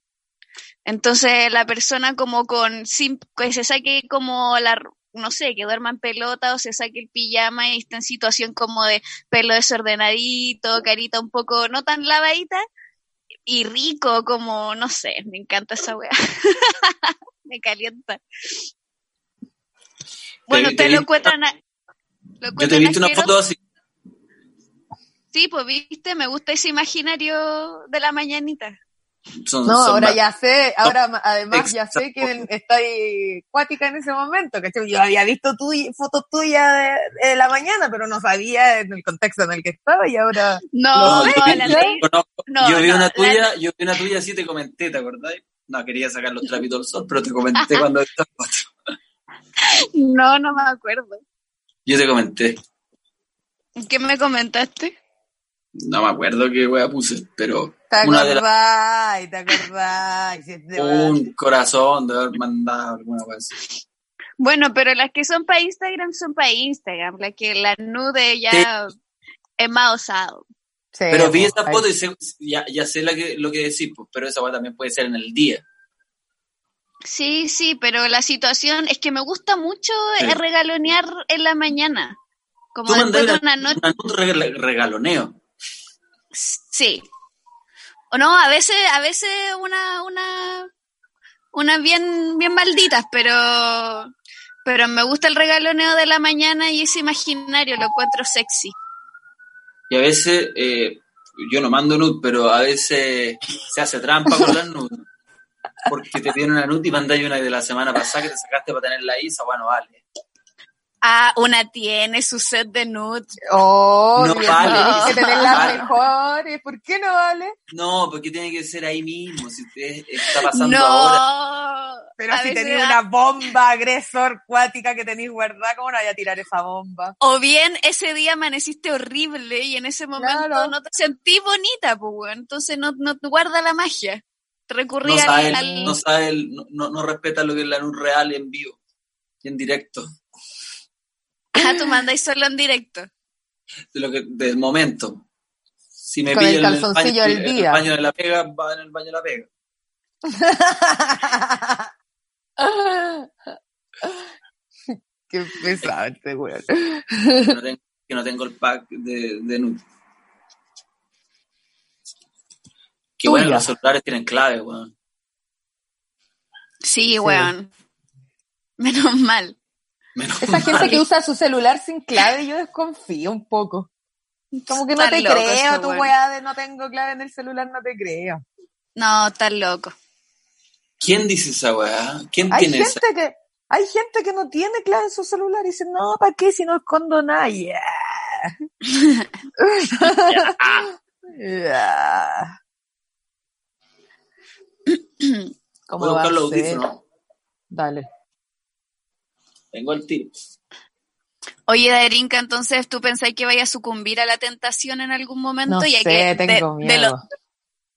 [SPEAKER 2] Entonces, la persona como con, sin- que se saque como la, no sé, que duerma en pelota o se saque el pijama y está en situación como de pelo desordenadito, carita un poco no tan lavadita y rico, como, no sé, me encanta esa weá. me calienta. Bueno,
[SPEAKER 3] te
[SPEAKER 2] ustedes
[SPEAKER 3] vi-
[SPEAKER 2] lo encuentran... a- lo
[SPEAKER 3] Yo te he
[SPEAKER 2] encuentran
[SPEAKER 3] visto una
[SPEAKER 2] asqueroso.
[SPEAKER 3] foto así.
[SPEAKER 2] Sí, pues viste, me gusta ese imaginario de la mañanita.
[SPEAKER 3] Son,
[SPEAKER 1] No,
[SPEAKER 3] son
[SPEAKER 1] ahora
[SPEAKER 3] va-
[SPEAKER 1] ya sé, ahora ma- además ya
[SPEAKER 3] Exacto.
[SPEAKER 1] sé que en- está ahí cuática en ese momento, ¿cachai? Yo había visto tu, fotos tuyas de, de la mañana, pero no sabía en el contexto en el que estaba y ahora...
[SPEAKER 2] No,
[SPEAKER 3] No, yo,
[SPEAKER 2] no,
[SPEAKER 3] vi-
[SPEAKER 2] la
[SPEAKER 3] yo
[SPEAKER 2] ley-
[SPEAKER 3] conozco-
[SPEAKER 2] no,
[SPEAKER 3] yo vi
[SPEAKER 2] no,
[SPEAKER 3] una
[SPEAKER 2] la-
[SPEAKER 3] tuya, yo vi una tuya así, te comenté, ¿te acordáis? No, quería sacar los trapitos al sol, pero te comenté cuando vi esta foto.
[SPEAKER 2] no, no me acuerdo.
[SPEAKER 3] Yo te comenté.
[SPEAKER 2] ¿Qué me comentaste?
[SPEAKER 3] No me acuerdo qué wea puse, pero
[SPEAKER 1] ¿Te
[SPEAKER 3] una de las
[SPEAKER 1] acordás? ¿Te acordás? Si este weón-
[SPEAKER 3] un corazón de haber mandado alguna wea así.
[SPEAKER 2] Bueno, pero las que son para Instagram son para Instagram, la que la nude ya es más osado.
[SPEAKER 1] Sí, pues,
[SPEAKER 3] Pero vi
[SPEAKER 1] po,
[SPEAKER 3] esa
[SPEAKER 1] ahí-
[SPEAKER 3] foto y sé- ya, ya sé la que, lo que decís, pues, pero esa wea también puede ser en el día.
[SPEAKER 2] Sí, sí, pero la situación es que me gusta mucho
[SPEAKER 3] Sí.
[SPEAKER 2] eh, regalonear en la mañana, como
[SPEAKER 3] Tú
[SPEAKER 2] después de una
[SPEAKER 3] mandas
[SPEAKER 2] noche.
[SPEAKER 3] un reg- regaloneo.
[SPEAKER 2] Sí. O no, a veces, a veces una, una, unas bien, bien malditas, pero, pero me gusta el regaloneo de la mañana y ese imaginario lo encuentro sexy.
[SPEAKER 3] Y a veces, eh, yo no mando nude, pero a veces se hace trampa con las nudes. Porque te piden una nude y mandáis una de la semana pasada que te sacaste para tenerla ahí, esa bueno, vale.
[SPEAKER 2] Ah, una tiene su set de nudes.
[SPEAKER 1] Obvio,
[SPEAKER 3] No
[SPEAKER 1] si
[SPEAKER 3] vale.
[SPEAKER 1] tienes que tener las
[SPEAKER 3] Vale.
[SPEAKER 1] mejores, ¿por qué no vale?
[SPEAKER 3] No, porque tiene que ser ahí mismo, si te está
[SPEAKER 2] No.
[SPEAKER 3] pasando ahora.
[SPEAKER 1] Pero
[SPEAKER 2] A
[SPEAKER 1] si
[SPEAKER 2] veces
[SPEAKER 1] tenés
[SPEAKER 2] da-
[SPEAKER 1] una bomba agresor cuática que tenés guardada, ¿cómo no voy a tirar esa bomba?
[SPEAKER 2] O bien ese día amaneciste horrible y en ese momento
[SPEAKER 1] Claro.
[SPEAKER 2] no te sentí bonita, pues, weón. entonces no, no guarda la magia. Recurrí
[SPEAKER 3] No
[SPEAKER 2] al-
[SPEAKER 3] sabe,
[SPEAKER 2] al...
[SPEAKER 3] no sabe, el- no, no, no respeta lo que es la nude real en vivo y en directo.
[SPEAKER 2] Ah, tú mandáis solo en directo.
[SPEAKER 3] De lo que, del momento. Si me
[SPEAKER 1] Con el
[SPEAKER 3] pillan en el
[SPEAKER 1] calzoncillo
[SPEAKER 3] baño,
[SPEAKER 1] del
[SPEAKER 3] en el
[SPEAKER 1] día.
[SPEAKER 3] baño de la pega, va en el baño de la pega.
[SPEAKER 1] Qué pesado este weón.
[SPEAKER 3] Que no tengo, que no tengo el pack de, de nude. Que bueno,
[SPEAKER 1] Tuya.
[SPEAKER 3] los celulares tienen clave, weón.
[SPEAKER 2] Sí, weón. Menos mal.
[SPEAKER 3] Menos
[SPEAKER 1] Esa gente
[SPEAKER 3] mal.
[SPEAKER 1] que usa su celular sin clave, yo desconfío un poco. Como que no te
[SPEAKER 2] Están locos
[SPEAKER 1] creo,
[SPEAKER 2] esos
[SPEAKER 1] tu
[SPEAKER 2] weones.
[SPEAKER 1] weá de no tengo clave en el celular, no te creo.
[SPEAKER 2] No, estás loco.
[SPEAKER 3] ¿Quién dice esa weá? ¿Quién
[SPEAKER 1] Hay
[SPEAKER 3] tiene esa?
[SPEAKER 1] gente que hay gente que no tiene clave en su celular y dice, no, ¿para qué si no escondo nada? Yeah. Yeah. ¿Cómo
[SPEAKER 3] Voy a
[SPEAKER 1] va
[SPEAKER 3] buscar
[SPEAKER 1] a
[SPEAKER 3] los
[SPEAKER 1] ser?
[SPEAKER 3] audífonos.
[SPEAKER 1] Dale.
[SPEAKER 3] Tengo el tiro.
[SPEAKER 2] Oye, Darinka, entonces tú pensás que vaya a sucumbir a la tentación en algún momento.
[SPEAKER 1] No
[SPEAKER 2] y
[SPEAKER 1] sé,
[SPEAKER 2] que de-
[SPEAKER 1] tengo
[SPEAKER 2] de,
[SPEAKER 1] miedo.
[SPEAKER 2] los,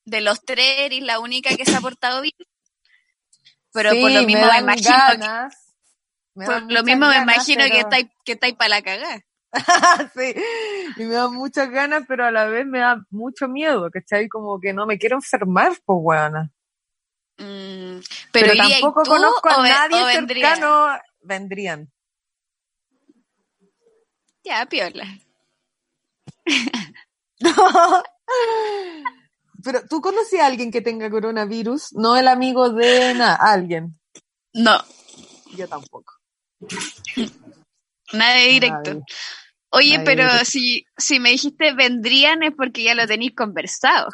[SPEAKER 2] de los tres eres la única que se ha portado bien. Pero
[SPEAKER 1] Sí,
[SPEAKER 2] por lo mismo
[SPEAKER 1] me
[SPEAKER 2] me,
[SPEAKER 1] dan
[SPEAKER 2] imagino, que,
[SPEAKER 1] ganas. me
[SPEAKER 2] por
[SPEAKER 1] dan
[SPEAKER 2] lo
[SPEAKER 1] muchas
[SPEAKER 2] mismo me
[SPEAKER 1] ganas,
[SPEAKER 2] imagino que
[SPEAKER 1] pero-
[SPEAKER 2] estáis que estáis para la cagada.
[SPEAKER 1] sí, y me dan muchas ganas, pero a la vez me da mucho miedo, ¿cachai? Como que no me quiero enfermar, pues, weona.
[SPEAKER 2] Mm,
[SPEAKER 1] Pero,
[SPEAKER 2] pero, irías
[SPEAKER 1] tampoco
[SPEAKER 2] tú
[SPEAKER 1] conozco
[SPEAKER 2] o
[SPEAKER 1] a
[SPEAKER 2] ve-
[SPEAKER 1] nadie
[SPEAKER 2] o vendrías?
[SPEAKER 1] cercano. Vendrían.
[SPEAKER 2] Ya, piola.
[SPEAKER 1] pero, ¿tú conoces a alguien que tenga coronavirus? No el amigo de nada, alguien.
[SPEAKER 2] No,
[SPEAKER 1] Yo tampoco.
[SPEAKER 2] nadie directo.
[SPEAKER 1] Nadie.
[SPEAKER 2] Oye,
[SPEAKER 1] nadie
[SPEAKER 2] pero
[SPEAKER 1] directo.
[SPEAKER 2] si, si me dijiste vendrían es porque ya lo tenéis conversado.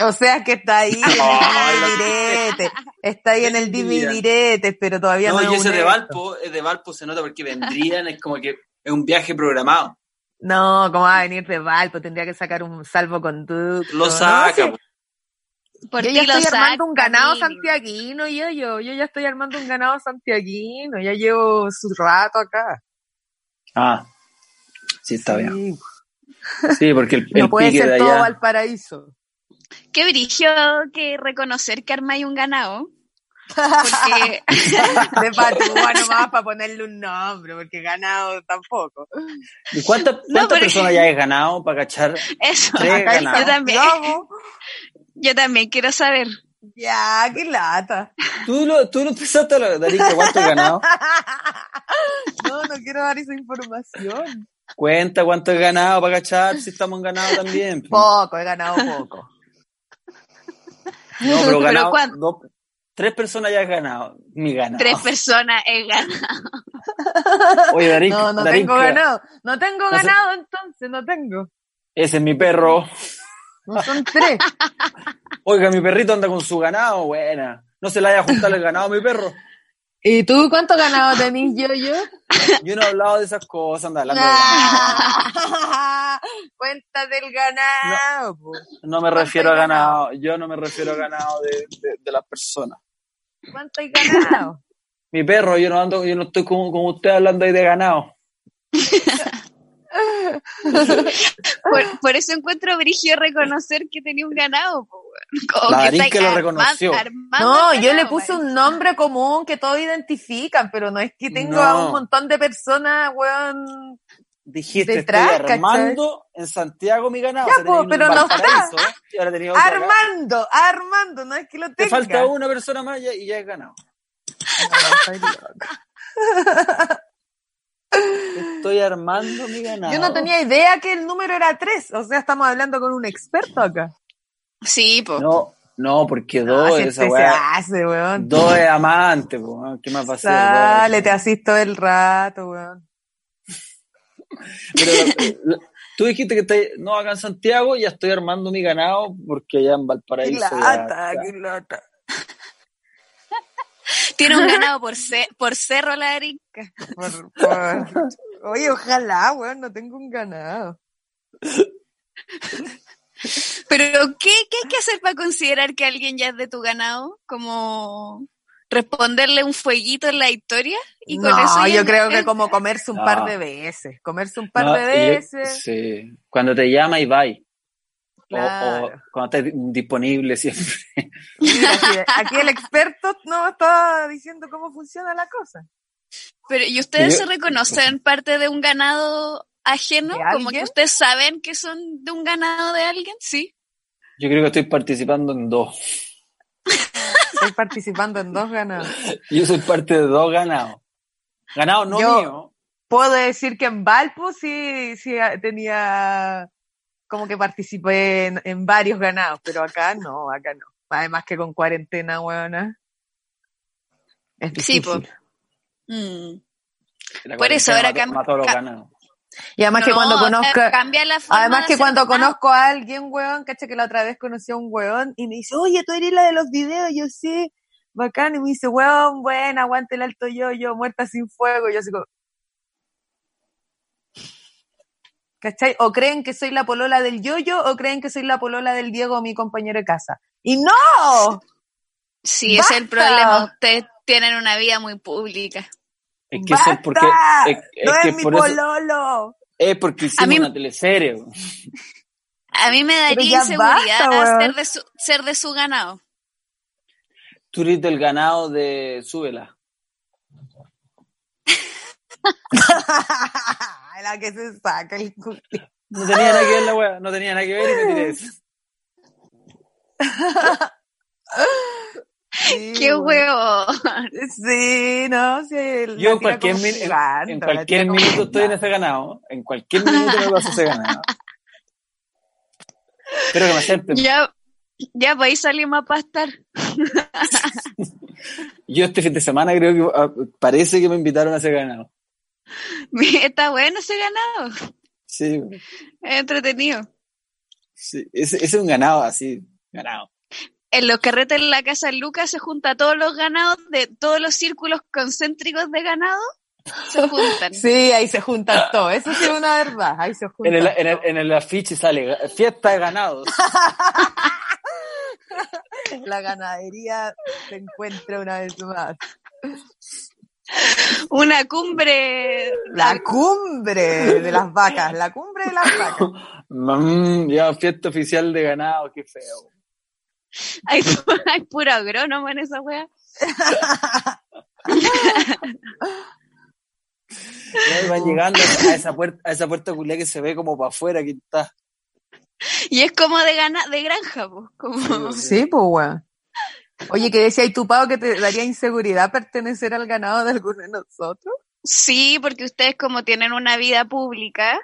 [SPEAKER 1] O sea que está ahí en
[SPEAKER 3] Ay,
[SPEAKER 1] el
[SPEAKER 3] la-
[SPEAKER 1] dividirete. Está ahí en el
[SPEAKER 3] Vendrían.
[SPEAKER 1] dividirete, pero todavía no,
[SPEAKER 3] No,
[SPEAKER 1] es
[SPEAKER 3] y
[SPEAKER 1] un
[SPEAKER 3] ese de
[SPEAKER 1] hecho.
[SPEAKER 3] Valpo, es de Valpo se nota porque vendrían, es como que es un viaje programado.
[SPEAKER 1] No, ¿cómo va a venir de Valpo? Tendría que sacar un salvoconducto.
[SPEAKER 3] Lo
[SPEAKER 1] No,
[SPEAKER 3] saca,
[SPEAKER 1] sí.
[SPEAKER 3] po.
[SPEAKER 2] Por
[SPEAKER 1] yo
[SPEAKER 2] ti
[SPEAKER 1] ya
[SPEAKER 2] lo
[SPEAKER 1] estoy armando
[SPEAKER 2] saco,
[SPEAKER 1] un ganado
[SPEAKER 2] amigo.
[SPEAKER 1] santiaguino, yo, yo, yo ya estoy armando un ganado santiaguino, ya llevo su rato acá.
[SPEAKER 3] Ah, sí, está
[SPEAKER 1] Sí.
[SPEAKER 3] Sí, porque el,
[SPEAKER 6] No
[SPEAKER 3] el
[SPEAKER 6] puede
[SPEAKER 3] pique de
[SPEAKER 6] ser todo
[SPEAKER 3] allá.
[SPEAKER 6] Valparaíso.
[SPEAKER 2] Qué brillo que reconocer que armáis un ganado. Porque
[SPEAKER 1] De Patúa nomás para ponerle un nombre, porque ganado tampoco.
[SPEAKER 3] ¿Y cuántas cuántas
[SPEAKER 2] pero-
[SPEAKER 3] personas ya has ganado para cachar?
[SPEAKER 2] eso,
[SPEAKER 3] Tres
[SPEAKER 1] Acá hay
[SPEAKER 3] ganados.
[SPEAKER 2] Yo también.
[SPEAKER 1] lobo.
[SPEAKER 2] yo también quiero saber.
[SPEAKER 1] Ya, qué lata.
[SPEAKER 3] ¿Tú, lo, tú no pensaste, lo- Darinka, cuánto has ganado?
[SPEAKER 1] No, no quiero dar esa información.
[SPEAKER 3] Cuenta cuánto has ganado para cachar, si estamos en ganado también.
[SPEAKER 1] Poco, he ganado poco.
[SPEAKER 3] No, pero
[SPEAKER 2] Pero
[SPEAKER 3] ganado.
[SPEAKER 2] ¿cuánto?
[SPEAKER 3] dos- tres personas ya has ganado. Mi ganado.
[SPEAKER 2] Tres personas he ganado.
[SPEAKER 3] Oye, Darinka,
[SPEAKER 1] No, no
[SPEAKER 3] Darinka,
[SPEAKER 1] tengo ganado. No tengo
[SPEAKER 3] No sé.
[SPEAKER 1] ganado entonces, no tengo.
[SPEAKER 3] Ese es mi perro.
[SPEAKER 1] No son tres.
[SPEAKER 3] Oiga, mi perrito anda con su ganado, buena. No se le haya juntado el ganado a mi perro.
[SPEAKER 6] ¿Y tú cuánto ganado tenés, yo, yo?
[SPEAKER 3] Yo no he hablado de esas cosas, anda hablando de ganado.
[SPEAKER 1] Ah, Cuenta del ganado. po.
[SPEAKER 3] No me refiero a ganado, yo no me refiero a ganado de, de- de las personas.
[SPEAKER 1] ¿Cuánto hay ganado?
[SPEAKER 3] Mi perro, yo no ando, yo no estoy como, como usted hablando ahí de ganado.
[SPEAKER 2] Por, por eso encuentro brillo reconocer que tenía un ganado. po, weón. Como
[SPEAKER 3] La
[SPEAKER 2] estáis
[SPEAKER 3] Darinka lo
[SPEAKER 2] arma-
[SPEAKER 3] reconoció.
[SPEAKER 2] armando
[SPEAKER 1] No,
[SPEAKER 2] el
[SPEAKER 1] yo le
[SPEAKER 2] ganado,
[SPEAKER 1] puse
[SPEAKER 2] weón.
[SPEAKER 1] un nombre común que todos identifican, pero no es que tengo
[SPEAKER 3] No.
[SPEAKER 1] a un montón de personas, weón.
[SPEAKER 3] Dijiste,
[SPEAKER 1] Detrás,
[SPEAKER 3] estoy armando en Santiago mi ganado.
[SPEAKER 1] Ya,
[SPEAKER 3] O sea, tenía
[SPEAKER 1] po,
[SPEAKER 3] uno
[SPEAKER 1] pero
[SPEAKER 3] en
[SPEAKER 1] no
[SPEAKER 3] Valparaíso, ¿eh? y ahora tenía otro acá.
[SPEAKER 1] Armando, Armando, no es que lo tenga.
[SPEAKER 3] Te falta una persona más y ya- y ya es ganado. Estoy armando mi ganado.
[SPEAKER 1] Yo no tenía idea que el número era tres, o sea, estamos hablando con un experto acá.
[SPEAKER 2] Sí, po.
[SPEAKER 3] No, no, porque
[SPEAKER 1] Ah,
[SPEAKER 3] dos,
[SPEAKER 1] si
[SPEAKER 3] esa
[SPEAKER 1] este se
[SPEAKER 3] weá.
[SPEAKER 1] hace, weón.
[SPEAKER 3] Dos es amante, po, ¿eh? ¿qué más va a ser? Dos es
[SPEAKER 1] Sale, te
[SPEAKER 3] amante.
[SPEAKER 1] asisto todo el rato, weón.
[SPEAKER 3] Pero, eh, la- tú dijiste que te- no acá en Santiago, ya estoy armando mi ganado porque allá en
[SPEAKER 1] Qué
[SPEAKER 3] Valparaíso. ya-
[SPEAKER 1] lata,
[SPEAKER 3] ya-
[SPEAKER 1] qué lata.
[SPEAKER 2] Tiene un ganado por, ce- por cerro la Darinka.
[SPEAKER 1] Por- por- Oye, ojalá, weón, no tengo un ganado.
[SPEAKER 2] Pero, ¿qué, ¿qué hay que hacer para considerar que alguien ya es de tu ganado? Como responderle un fueguito en la historia y con eso
[SPEAKER 1] No,
[SPEAKER 2] ya
[SPEAKER 1] yo
[SPEAKER 2] no
[SPEAKER 1] creo que
[SPEAKER 2] es-
[SPEAKER 1] como comerse un
[SPEAKER 3] No.
[SPEAKER 1] par de veces, comerse un par
[SPEAKER 3] No,
[SPEAKER 1] de
[SPEAKER 3] y yo-
[SPEAKER 1] veces.
[SPEAKER 3] sí. Cuando te llama y va. O,
[SPEAKER 1] Claro.
[SPEAKER 3] cuando estás disponible siempre.
[SPEAKER 1] Mira, aquí, aquí el experto no está diciendo cómo funciona la cosa.
[SPEAKER 2] Pero, ¿y ustedes
[SPEAKER 3] Yo-
[SPEAKER 2] se reconocen parte de un ganado ajeno?
[SPEAKER 1] ¿De
[SPEAKER 2] Como que
[SPEAKER 1] alguien?
[SPEAKER 2] ustedes saben que son de un ganado de alguien, ¿sí?
[SPEAKER 3] Yo creo que estoy participando en dos.
[SPEAKER 1] Estoy participando en dos ganados.
[SPEAKER 3] Yo soy parte de dos ganados. Ganado no
[SPEAKER 1] Yo-
[SPEAKER 3] mío.
[SPEAKER 1] Puedo decir que en Valpo sí, sí ah, tenía como que participé en, en varios ganados, pero acá no, acá no. Además que con cuarentena, weona. Es
[SPEAKER 2] Sí,
[SPEAKER 1] difícil.
[SPEAKER 2] po. Mm.
[SPEAKER 3] La
[SPEAKER 2] Por eso,
[SPEAKER 3] cuarentena
[SPEAKER 2] ahora
[SPEAKER 3] mató-
[SPEAKER 2] cam-
[SPEAKER 3] mató a los
[SPEAKER 2] ca-
[SPEAKER 3] ganados.
[SPEAKER 1] Y además que
[SPEAKER 2] No,
[SPEAKER 1] cuando
[SPEAKER 2] eh,
[SPEAKER 1] conozca,
[SPEAKER 2] Cambia la forma
[SPEAKER 1] Además
[SPEAKER 2] de
[SPEAKER 1] que
[SPEAKER 2] hacer
[SPEAKER 1] cuando
[SPEAKER 2] ganado.
[SPEAKER 1] conozco a alguien, weón, cacha que la otra vez conocí a un weón y me dice, oye, tú eres la de los videos, yo sí, bacán, y me dice, weón, buena, aguante el alto yo, yo, muerta sin fuego, y yo así como... ¿Cachai? O creen que soy la polola del yoyo o creen que soy la polola del Diego, mi compañero de casa. ¡Y no!
[SPEAKER 2] Sí, ese es el
[SPEAKER 1] ¡Basta!
[SPEAKER 2] problema. Ustedes tienen una vida muy pública.
[SPEAKER 3] Es que eso es porque.
[SPEAKER 1] ¡Basta!
[SPEAKER 3] Es, es
[SPEAKER 1] ¡No es,
[SPEAKER 3] que
[SPEAKER 1] mi
[SPEAKER 3] por eso,
[SPEAKER 1] pololo!
[SPEAKER 3] es porque hicimos
[SPEAKER 2] A mí-
[SPEAKER 3] una teleserie. weón.
[SPEAKER 2] A mí me
[SPEAKER 1] Pero
[SPEAKER 2] daría
[SPEAKER 1] ya basta,
[SPEAKER 2] inseguridad
[SPEAKER 1] weón.
[SPEAKER 2] ser, de su, ser de su ganado.
[SPEAKER 3] Tú eres del ganado de Súbela.
[SPEAKER 1] la que se saca el culo.
[SPEAKER 3] No tenía nada que ver la wea, no tenía nada que ver y me tiré eso.
[SPEAKER 2] ¡Qué huevo!
[SPEAKER 1] Sí, no, sí. la
[SPEAKER 3] Yo
[SPEAKER 1] tira
[SPEAKER 3] en cualquier,
[SPEAKER 1] como
[SPEAKER 3] min- en-
[SPEAKER 1] jugando,
[SPEAKER 3] en
[SPEAKER 1] la
[SPEAKER 3] cualquier
[SPEAKER 1] tira este como
[SPEAKER 3] minuto estoy en
[SPEAKER 1] jugando.
[SPEAKER 3] ese ganado. En cualquier minuto me paso ese ganado. Espero que me acepten.
[SPEAKER 2] Ya, ya podéis salir más para estar.
[SPEAKER 3] Yo este fin de semana creo que ah, parece que me invitaron a ese ganado.
[SPEAKER 2] Está bueno ese ganado.
[SPEAKER 3] Sí, güey.
[SPEAKER 2] Es entretenido.
[SPEAKER 3] sí. Ese, ese es un ganado así, ganado.
[SPEAKER 2] En los carretes en la casa de Lucas se junta todos los ganados de todos los círculos concéntricos de ganado. Se juntan.
[SPEAKER 1] Sí, ahí se juntan todos. Eso sí es una verdad. Ahí se
[SPEAKER 3] Ah. En
[SPEAKER 1] juntan.
[SPEAKER 3] el, en, el, en el afiche sale ga- fiesta de ganados.
[SPEAKER 1] La ganadería se encuentra una vez más.
[SPEAKER 2] Una cumbre.
[SPEAKER 5] La cumbre de las vacas, la cumbre de las vacas.
[SPEAKER 3] Mm, ya, fiesta oficial de ganado, qué feo.
[SPEAKER 2] Hay, hay puro agrónomo en esa wea.
[SPEAKER 3] Ya van llegando a esa puerta, a esa puerta culia que se ve como para afuera, que está.
[SPEAKER 2] Y es como de gana, de granja, pues. Como...
[SPEAKER 1] Sí, pues, weón. Oye, que decía, ¿y tu pavo que te daría inseguridad pertenecer al ganado de alguno de nosotros?
[SPEAKER 2] Sí, porque ustedes como tienen una vida pública,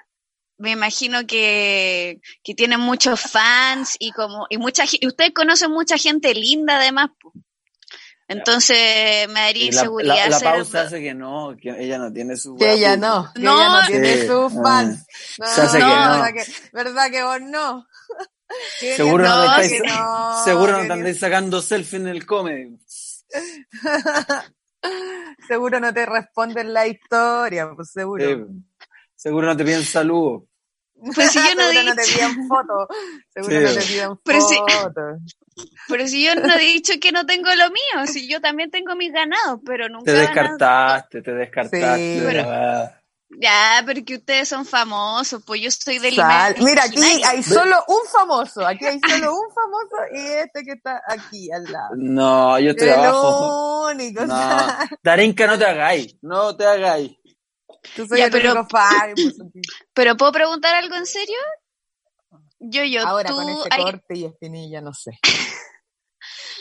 [SPEAKER 2] me imagino que, que tienen muchos fans y como y mucha ge- y ustedes conocen mucha gente linda además. po. Entonces me daría
[SPEAKER 3] Y la,
[SPEAKER 2] inseguridad
[SPEAKER 3] la- la
[SPEAKER 2] ser-
[SPEAKER 3] pausa hace que no, que ella no tiene su.
[SPEAKER 1] Que
[SPEAKER 3] wea
[SPEAKER 1] ella
[SPEAKER 3] pública.
[SPEAKER 1] no, que
[SPEAKER 2] No.
[SPEAKER 1] ella no tiene
[SPEAKER 3] Sí. Ah.
[SPEAKER 1] sus fans. No,
[SPEAKER 3] Se hace
[SPEAKER 2] que no.
[SPEAKER 1] ¿verdad, que, verdad que vos no? Que
[SPEAKER 3] Seguro
[SPEAKER 2] no te
[SPEAKER 1] que
[SPEAKER 2] estáis-
[SPEAKER 1] no,
[SPEAKER 3] Seguro
[SPEAKER 1] que
[SPEAKER 3] no te andáis sacando selfie en el comedy.
[SPEAKER 1] ni- Seguro no te responden la historia, pues seguro.
[SPEAKER 3] Sí. Eh, Seguro no te piden saludos.
[SPEAKER 2] Pues si yo no
[SPEAKER 1] seguro
[SPEAKER 2] he
[SPEAKER 1] no te
[SPEAKER 2] dicho-
[SPEAKER 1] piden fotos. Seguro
[SPEAKER 3] Sí.
[SPEAKER 1] no te piden
[SPEAKER 2] Pero si-
[SPEAKER 1] fotos.
[SPEAKER 2] Pero si yo no he dicho que no tengo lo mío, si yo también tengo mis ganados, pero nunca
[SPEAKER 3] Te
[SPEAKER 2] van a-
[SPEAKER 3] descartaste, te descartaste.
[SPEAKER 1] Sí.
[SPEAKER 3] de
[SPEAKER 2] Pero-
[SPEAKER 3] verdad.
[SPEAKER 2] Ya, pero que ustedes son famosos, pues yo soy del
[SPEAKER 1] Sal-
[SPEAKER 2] imaginario.
[SPEAKER 1] Mira, aquí hay solo un famoso. Aquí hay solo un famoso y este que está aquí al lado.
[SPEAKER 3] No, yo estoy abajo.
[SPEAKER 1] El único. o
[SPEAKER 3] No,
[SPEAKER 1] sea,
[SPEAKER 3] Darinka, no te hagáis. No te hagáis.
[SPEAKER 1] tú soy
[SPEAKER 2] Ya,
[SPEAKER 1] el
[SPEAKER 2] pero-
[SPEAKER 1] único fan. pues, aquí.
[SPEAKER 2] Pero ¿puedo preguntar algo en serio? Yo, yo,
[SPEAKER 1] Ahora
[SPEAKER 2] tú,
[SPEAKER 1] con este
[SPEAKER 2] ¿hay,
[SPEAKER 1] corte y espinilla, no sé.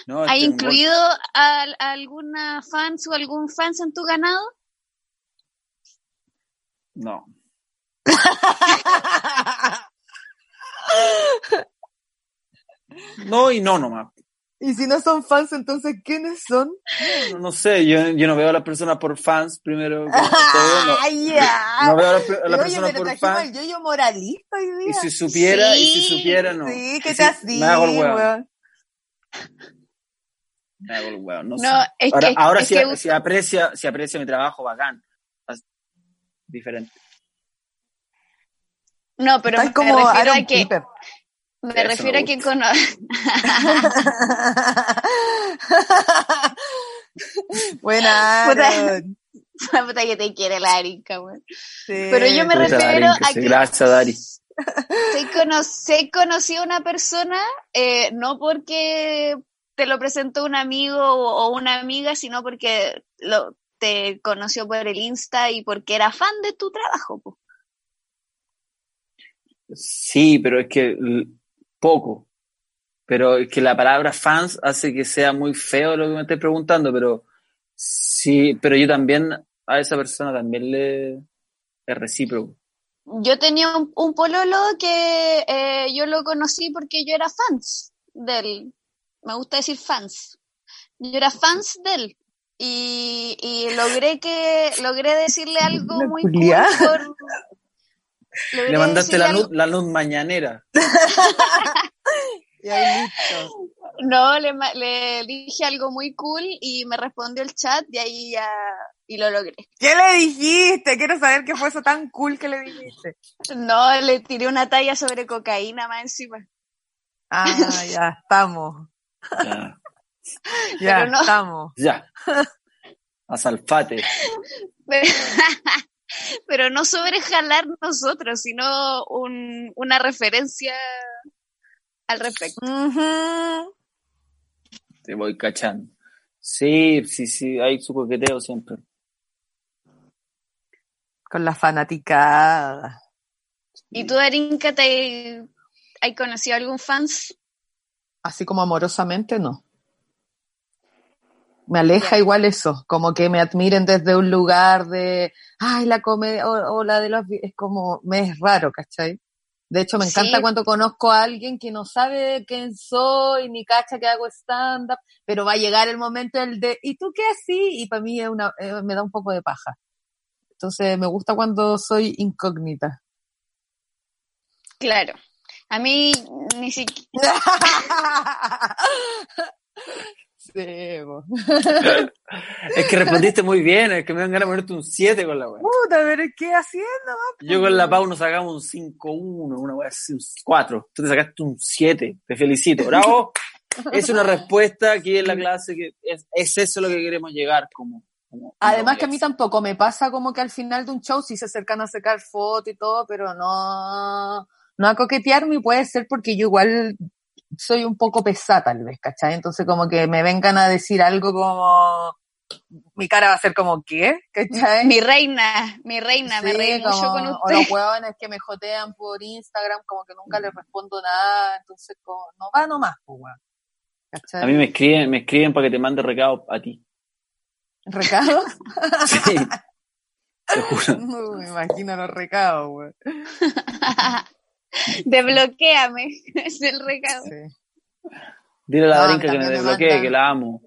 [SPEAKER 3] No,
[SPEAKER 2] hay
[SPEAKER 3] este es un gol.
[SPEAKER 2] incluido a, a alguna fans o algún fans en tu ganado?
[SPEAKER 3] No. No y no nomás.
[SPEAKER 1] Y si no son fans, entonces, ¿quiénes son?
[SPEAKER 3] No, no sé, yo, yo no veo a las personas por fans primero. como todo, no.
[SPEAKER 1] ¡Ay, Ah, ya!
[SPEAKER 3] No veo a la, a la
[SPEAKER 1] Oye,
[SPEAKER 3] persona
[SPEAKER 1] pero
[SPEAKER 3] por
[SPEAKER 1] trajimos
[SPEAKER 3] fan.
[SPEAKER 1] al yo-yo moralista hoy día.
[SPEAKER 3] Y si supiera, y si
[SPEAKER 2] Sí.
[SPEAKER 3] supiera, no.
[SPEAKER 1] Sí,
[SPEAKER 3] Y
[SPEAKER 1] que
[SPEAKER 3] si-
[SPEAKER 1] te así,
[SPEAKER 3] Me hago el huevo.
[SPEAKER 1] weón.
[SPEAKER 3] Me hago el huevo,
[SPEAKER 2] No,
[SPEAKER 3] no, sé.
[SPEAKER 2] es
[SPEAKER 3] Ahora,
[SPEAKER 2] que,
[SPEAKER 3] ahora
[SPEAKER 2] es
[SPEAKER 3] si,
[SPEAKER 2] que
[SPEAKER 3] si aprecia, si aprecia mi trabajo, bacán. As- Diferente.
[SPEAKER 2] no, pero me
[SPEAKER 1] Estás como
[SPEAKER 2] refiero
[SPEAKER 1] Aaron
[SPEAKER 2] a que,
[SPEAKER 1] Piper.
[SPEAKER 2] me
[SPEAKER 3] Eso me
[SPEAKER 2] refiero a que
[SPEAKER 3] gusta.
[SPEAKER 2] cono-
[SPEAKER 1] Buena,
[SPEAKER 2] Puta.
[SPEAKER 1] Aaron.
[SPEAKER 2] la Ah, puta que te quiere la arica, güey.
[SPEAKER 1] Sí.
[SPEAKER 2] Pero yo me
[SPEAKER 3] Puta,
[SPEAKER 2] refiero
[SPEAKER 3] Darinka,
[SPEAKER 2] a
[SPEAKER 3] sí,
[SPEAKER 2] que-
[SPEAKER 3] Gracias, Dari.
[SPEAKER 2] Sí, cono- sí conocí a una persona, eh, no porque te lo presentó un amigo o, o una amiga, sino porque lo, te conoció por el Insta y porque era fan de tu trabajo. po.
[SPEAKER 3] Sí, pero es que l- poco. Pero es que la palabra fans hace que sea muy feo lo que me estés preguntando, pero sí, pero yo también a esa persona también le es recíproco.
[SPEAKER 2] Yo tenía un, un pololo que eh, yo lo conocí porque yo era fans del, me gusta decir fans, yo era fans del y, y logré que logré decirle algo
[SPEAKER 1] La
[SPEAKER 2] muy
[SPEAKER 1] culiá.
[SPEAKER 2] cool por- logré
[SPEAKER 3] Le mandaste
[SPEAKER 2] decirle
[SPEAKER 3] la
[SPEAKER 2] algo-
[SPEAKER 3] luz, la luz mañanera.
[SPEAKER 1] Y ahí listo.
[SPEAKER 2] No, le, ma- le dije algo muy cool y me respondió el chat y ahí ya y lo logré.
[SPEAKER 1] ¿Qué le dijiste? Quiero saber qué fue eso tan cool que le dijiste.
[SPEAKER 2] No, le tiré una talla sobre cocaína más encima.
[SPEAKER 1] Ah, ya estamos.
[SPEAKER 3] Ya.
[SPEAKER 1] Ya
[SPEAKER 2] Pero no.
[SPEAKER 1] estamos.
[SPEAKER 3] ya. A Salfate.
[SPEAKER 2] Pero, pero no sobre jalar nosotros, sino un- una referencia al respecto.
[SPEAKER 1] Ujú.
[SPEAKER 3] Te voy cachando. Sí, sí, sí, hay su coqueteo siempre.
[SPEAKER 1] Con la fanaticada.
[SPEAKER 2] ¿Y tú, Darinka, te has conocido algún fans?
[SPEAKER 1] Así como amorosamente, no. Me aleja igual eso, como que me admiren desde un lugar de, ay, la comedia o, o la de los... vi-". Es como, me es raro, ¿cachai? De hecho, me encanta
[SPEAKER 2] Sí.
[SPEAKER 1] cuando conozco a alguien que no sabe quién soy, ni cacha que hago stand-up, pero va a llegar el momento el de, ¿y tú qué así? Y para mí es una, eh, me da un poco de paja. Entonces, me gusta cuando soy incógnita.
[SPEAKER 2] Claro. A mí ni siquiera...
[SPEAKER 1] sí, bo.
[SPEAKER 3] Es que respondiste muy bien, es que me dan ganas de ponerte un 7 con la weá.
[SPEAKER 1] Puta, pero ¿qué haciendo?
[SPEAKER 3] Yo con la Pau nos sacamos un 5-1, una weá así, un 4. Tú te sacaste un 7. Te felicito. ¡Bravo! Es una respuesta aquí en la clase que es, es eso lo que queremos llegar, como Como-
[SPEAKER 1] Además
[SPEAKER 3] no,
[SPEAKER 1] que a mí
[SPEAKER 3] ya-
[SPEAKER 1] tampoco me pasa como que al final de un show sí se acercan a sacar fotos y todo, pero no, no a coquetearme y puede ser porque yo igual soy un poco pesada tal vez, ¿cachai? Entonces como que me vengan a decir algo como, mi cara va a ser como, ¿qué? ¿Cachai?
[SPEAKER 2] Mi reina, mi reina, me
[SPEAKER 1] Sí,
[SPEAKER 2] reí mucho
[SPEAKER 1] como-
[SPEAKER 2] con
[SPEAKER 1] O
[SPEAKER 2] usted. Mm.
[SPEAKER 1] los huevones que me jotean por Instagram, como que nunca les respondo nada, entonces como, no va nomás, pues, weón. ¿Cachai?
[SPEAKER 3] A mí me escriben, me escriben para que te mande recado a ti.
[SPEAKER 1] ¿Recados?
[SPEAKER 3] Sí. Te juro.
[SPEAKER 1] No, me imagino los recados, weón.
[SPEAKER 2] Desbloquéame, es el recado.
[SPEAKER 1] Sí. No,
[SPEAKER 3] Dile a la
[SPEAKER 1] a mí
[SPEAKER 3] brinca que me
[SPEAKER 1] también me
[SPEAKER 3] desbloquee,
[SPEAKER 1] mandan.
[SPEAKER 3] que la amo.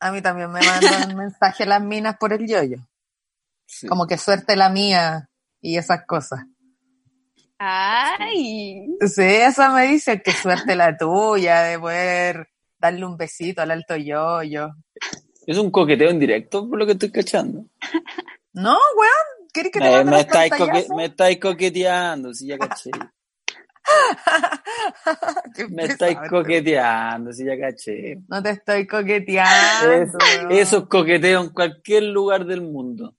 [SPEAKER 1] A mí también me mandan mensajes las minas por el yoyo.
[SPEAKER 3] Sí.
[SPEAKER 1] Como que suerte la mía y esas cosas.
[SPEAKER 2] Ay,
[SPEAKER 1] Sí, esa me dice que suerte la tuya de poder darle un besito al alto yoyo.
[SPEAKER 3] Es un coqueteo en directo, por lo que estoy cachando.
[SPEAKER 1] No, weón, ¿quieres que te
[SPEAKER 3] Me,
[SPEAKER 1] mande
[SPEAKER 3] me
[SPEAKER 1] los
[SPEAKER 3] estáis coque-
[SPEAKER 1] pantallazos?
[SPEAKER 3] me estáis coqueteando, sí, ya caché.
[SPEAKER 1] Qué
[SPEAKER 3] Me
[SPEAKER 1] pesado,
[SPEAKER 3] estáis coqueteando, sí, ya caché.
[SPEAKER 1] No te estoy coqueteando.
[SPEAKER 3] Es-
[SPEAKER 1] weón.
[SPEAKER 3] eso es coqueteo en cualquier lugar del mundo.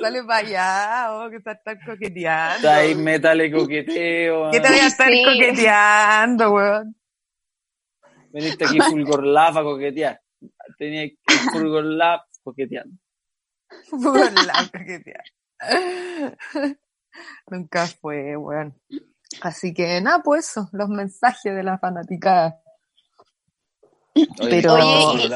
[SPEAKER 1] Sale para allá, oh, que estás tan coqueteando.
[SPEAKER 3] Estáis metale coqueteo.
[SPEAKER 1] ¿Qué te voy a estar
[SPEAKER 2] Sí.
[SPEAKER 1] coqueteando, weón?
[SPEAKER 3] ah, Veniste aquí Fulgor Lab a coquetear. Tenía que- Fulgor Lab coqueteando.
[SPEAKER 1] Por la coquetear. Nunca fue, weón. Así que nada, pues eso, los mensajes de la fanaticada. Pero-
[SPEAKER 2] Oye, y-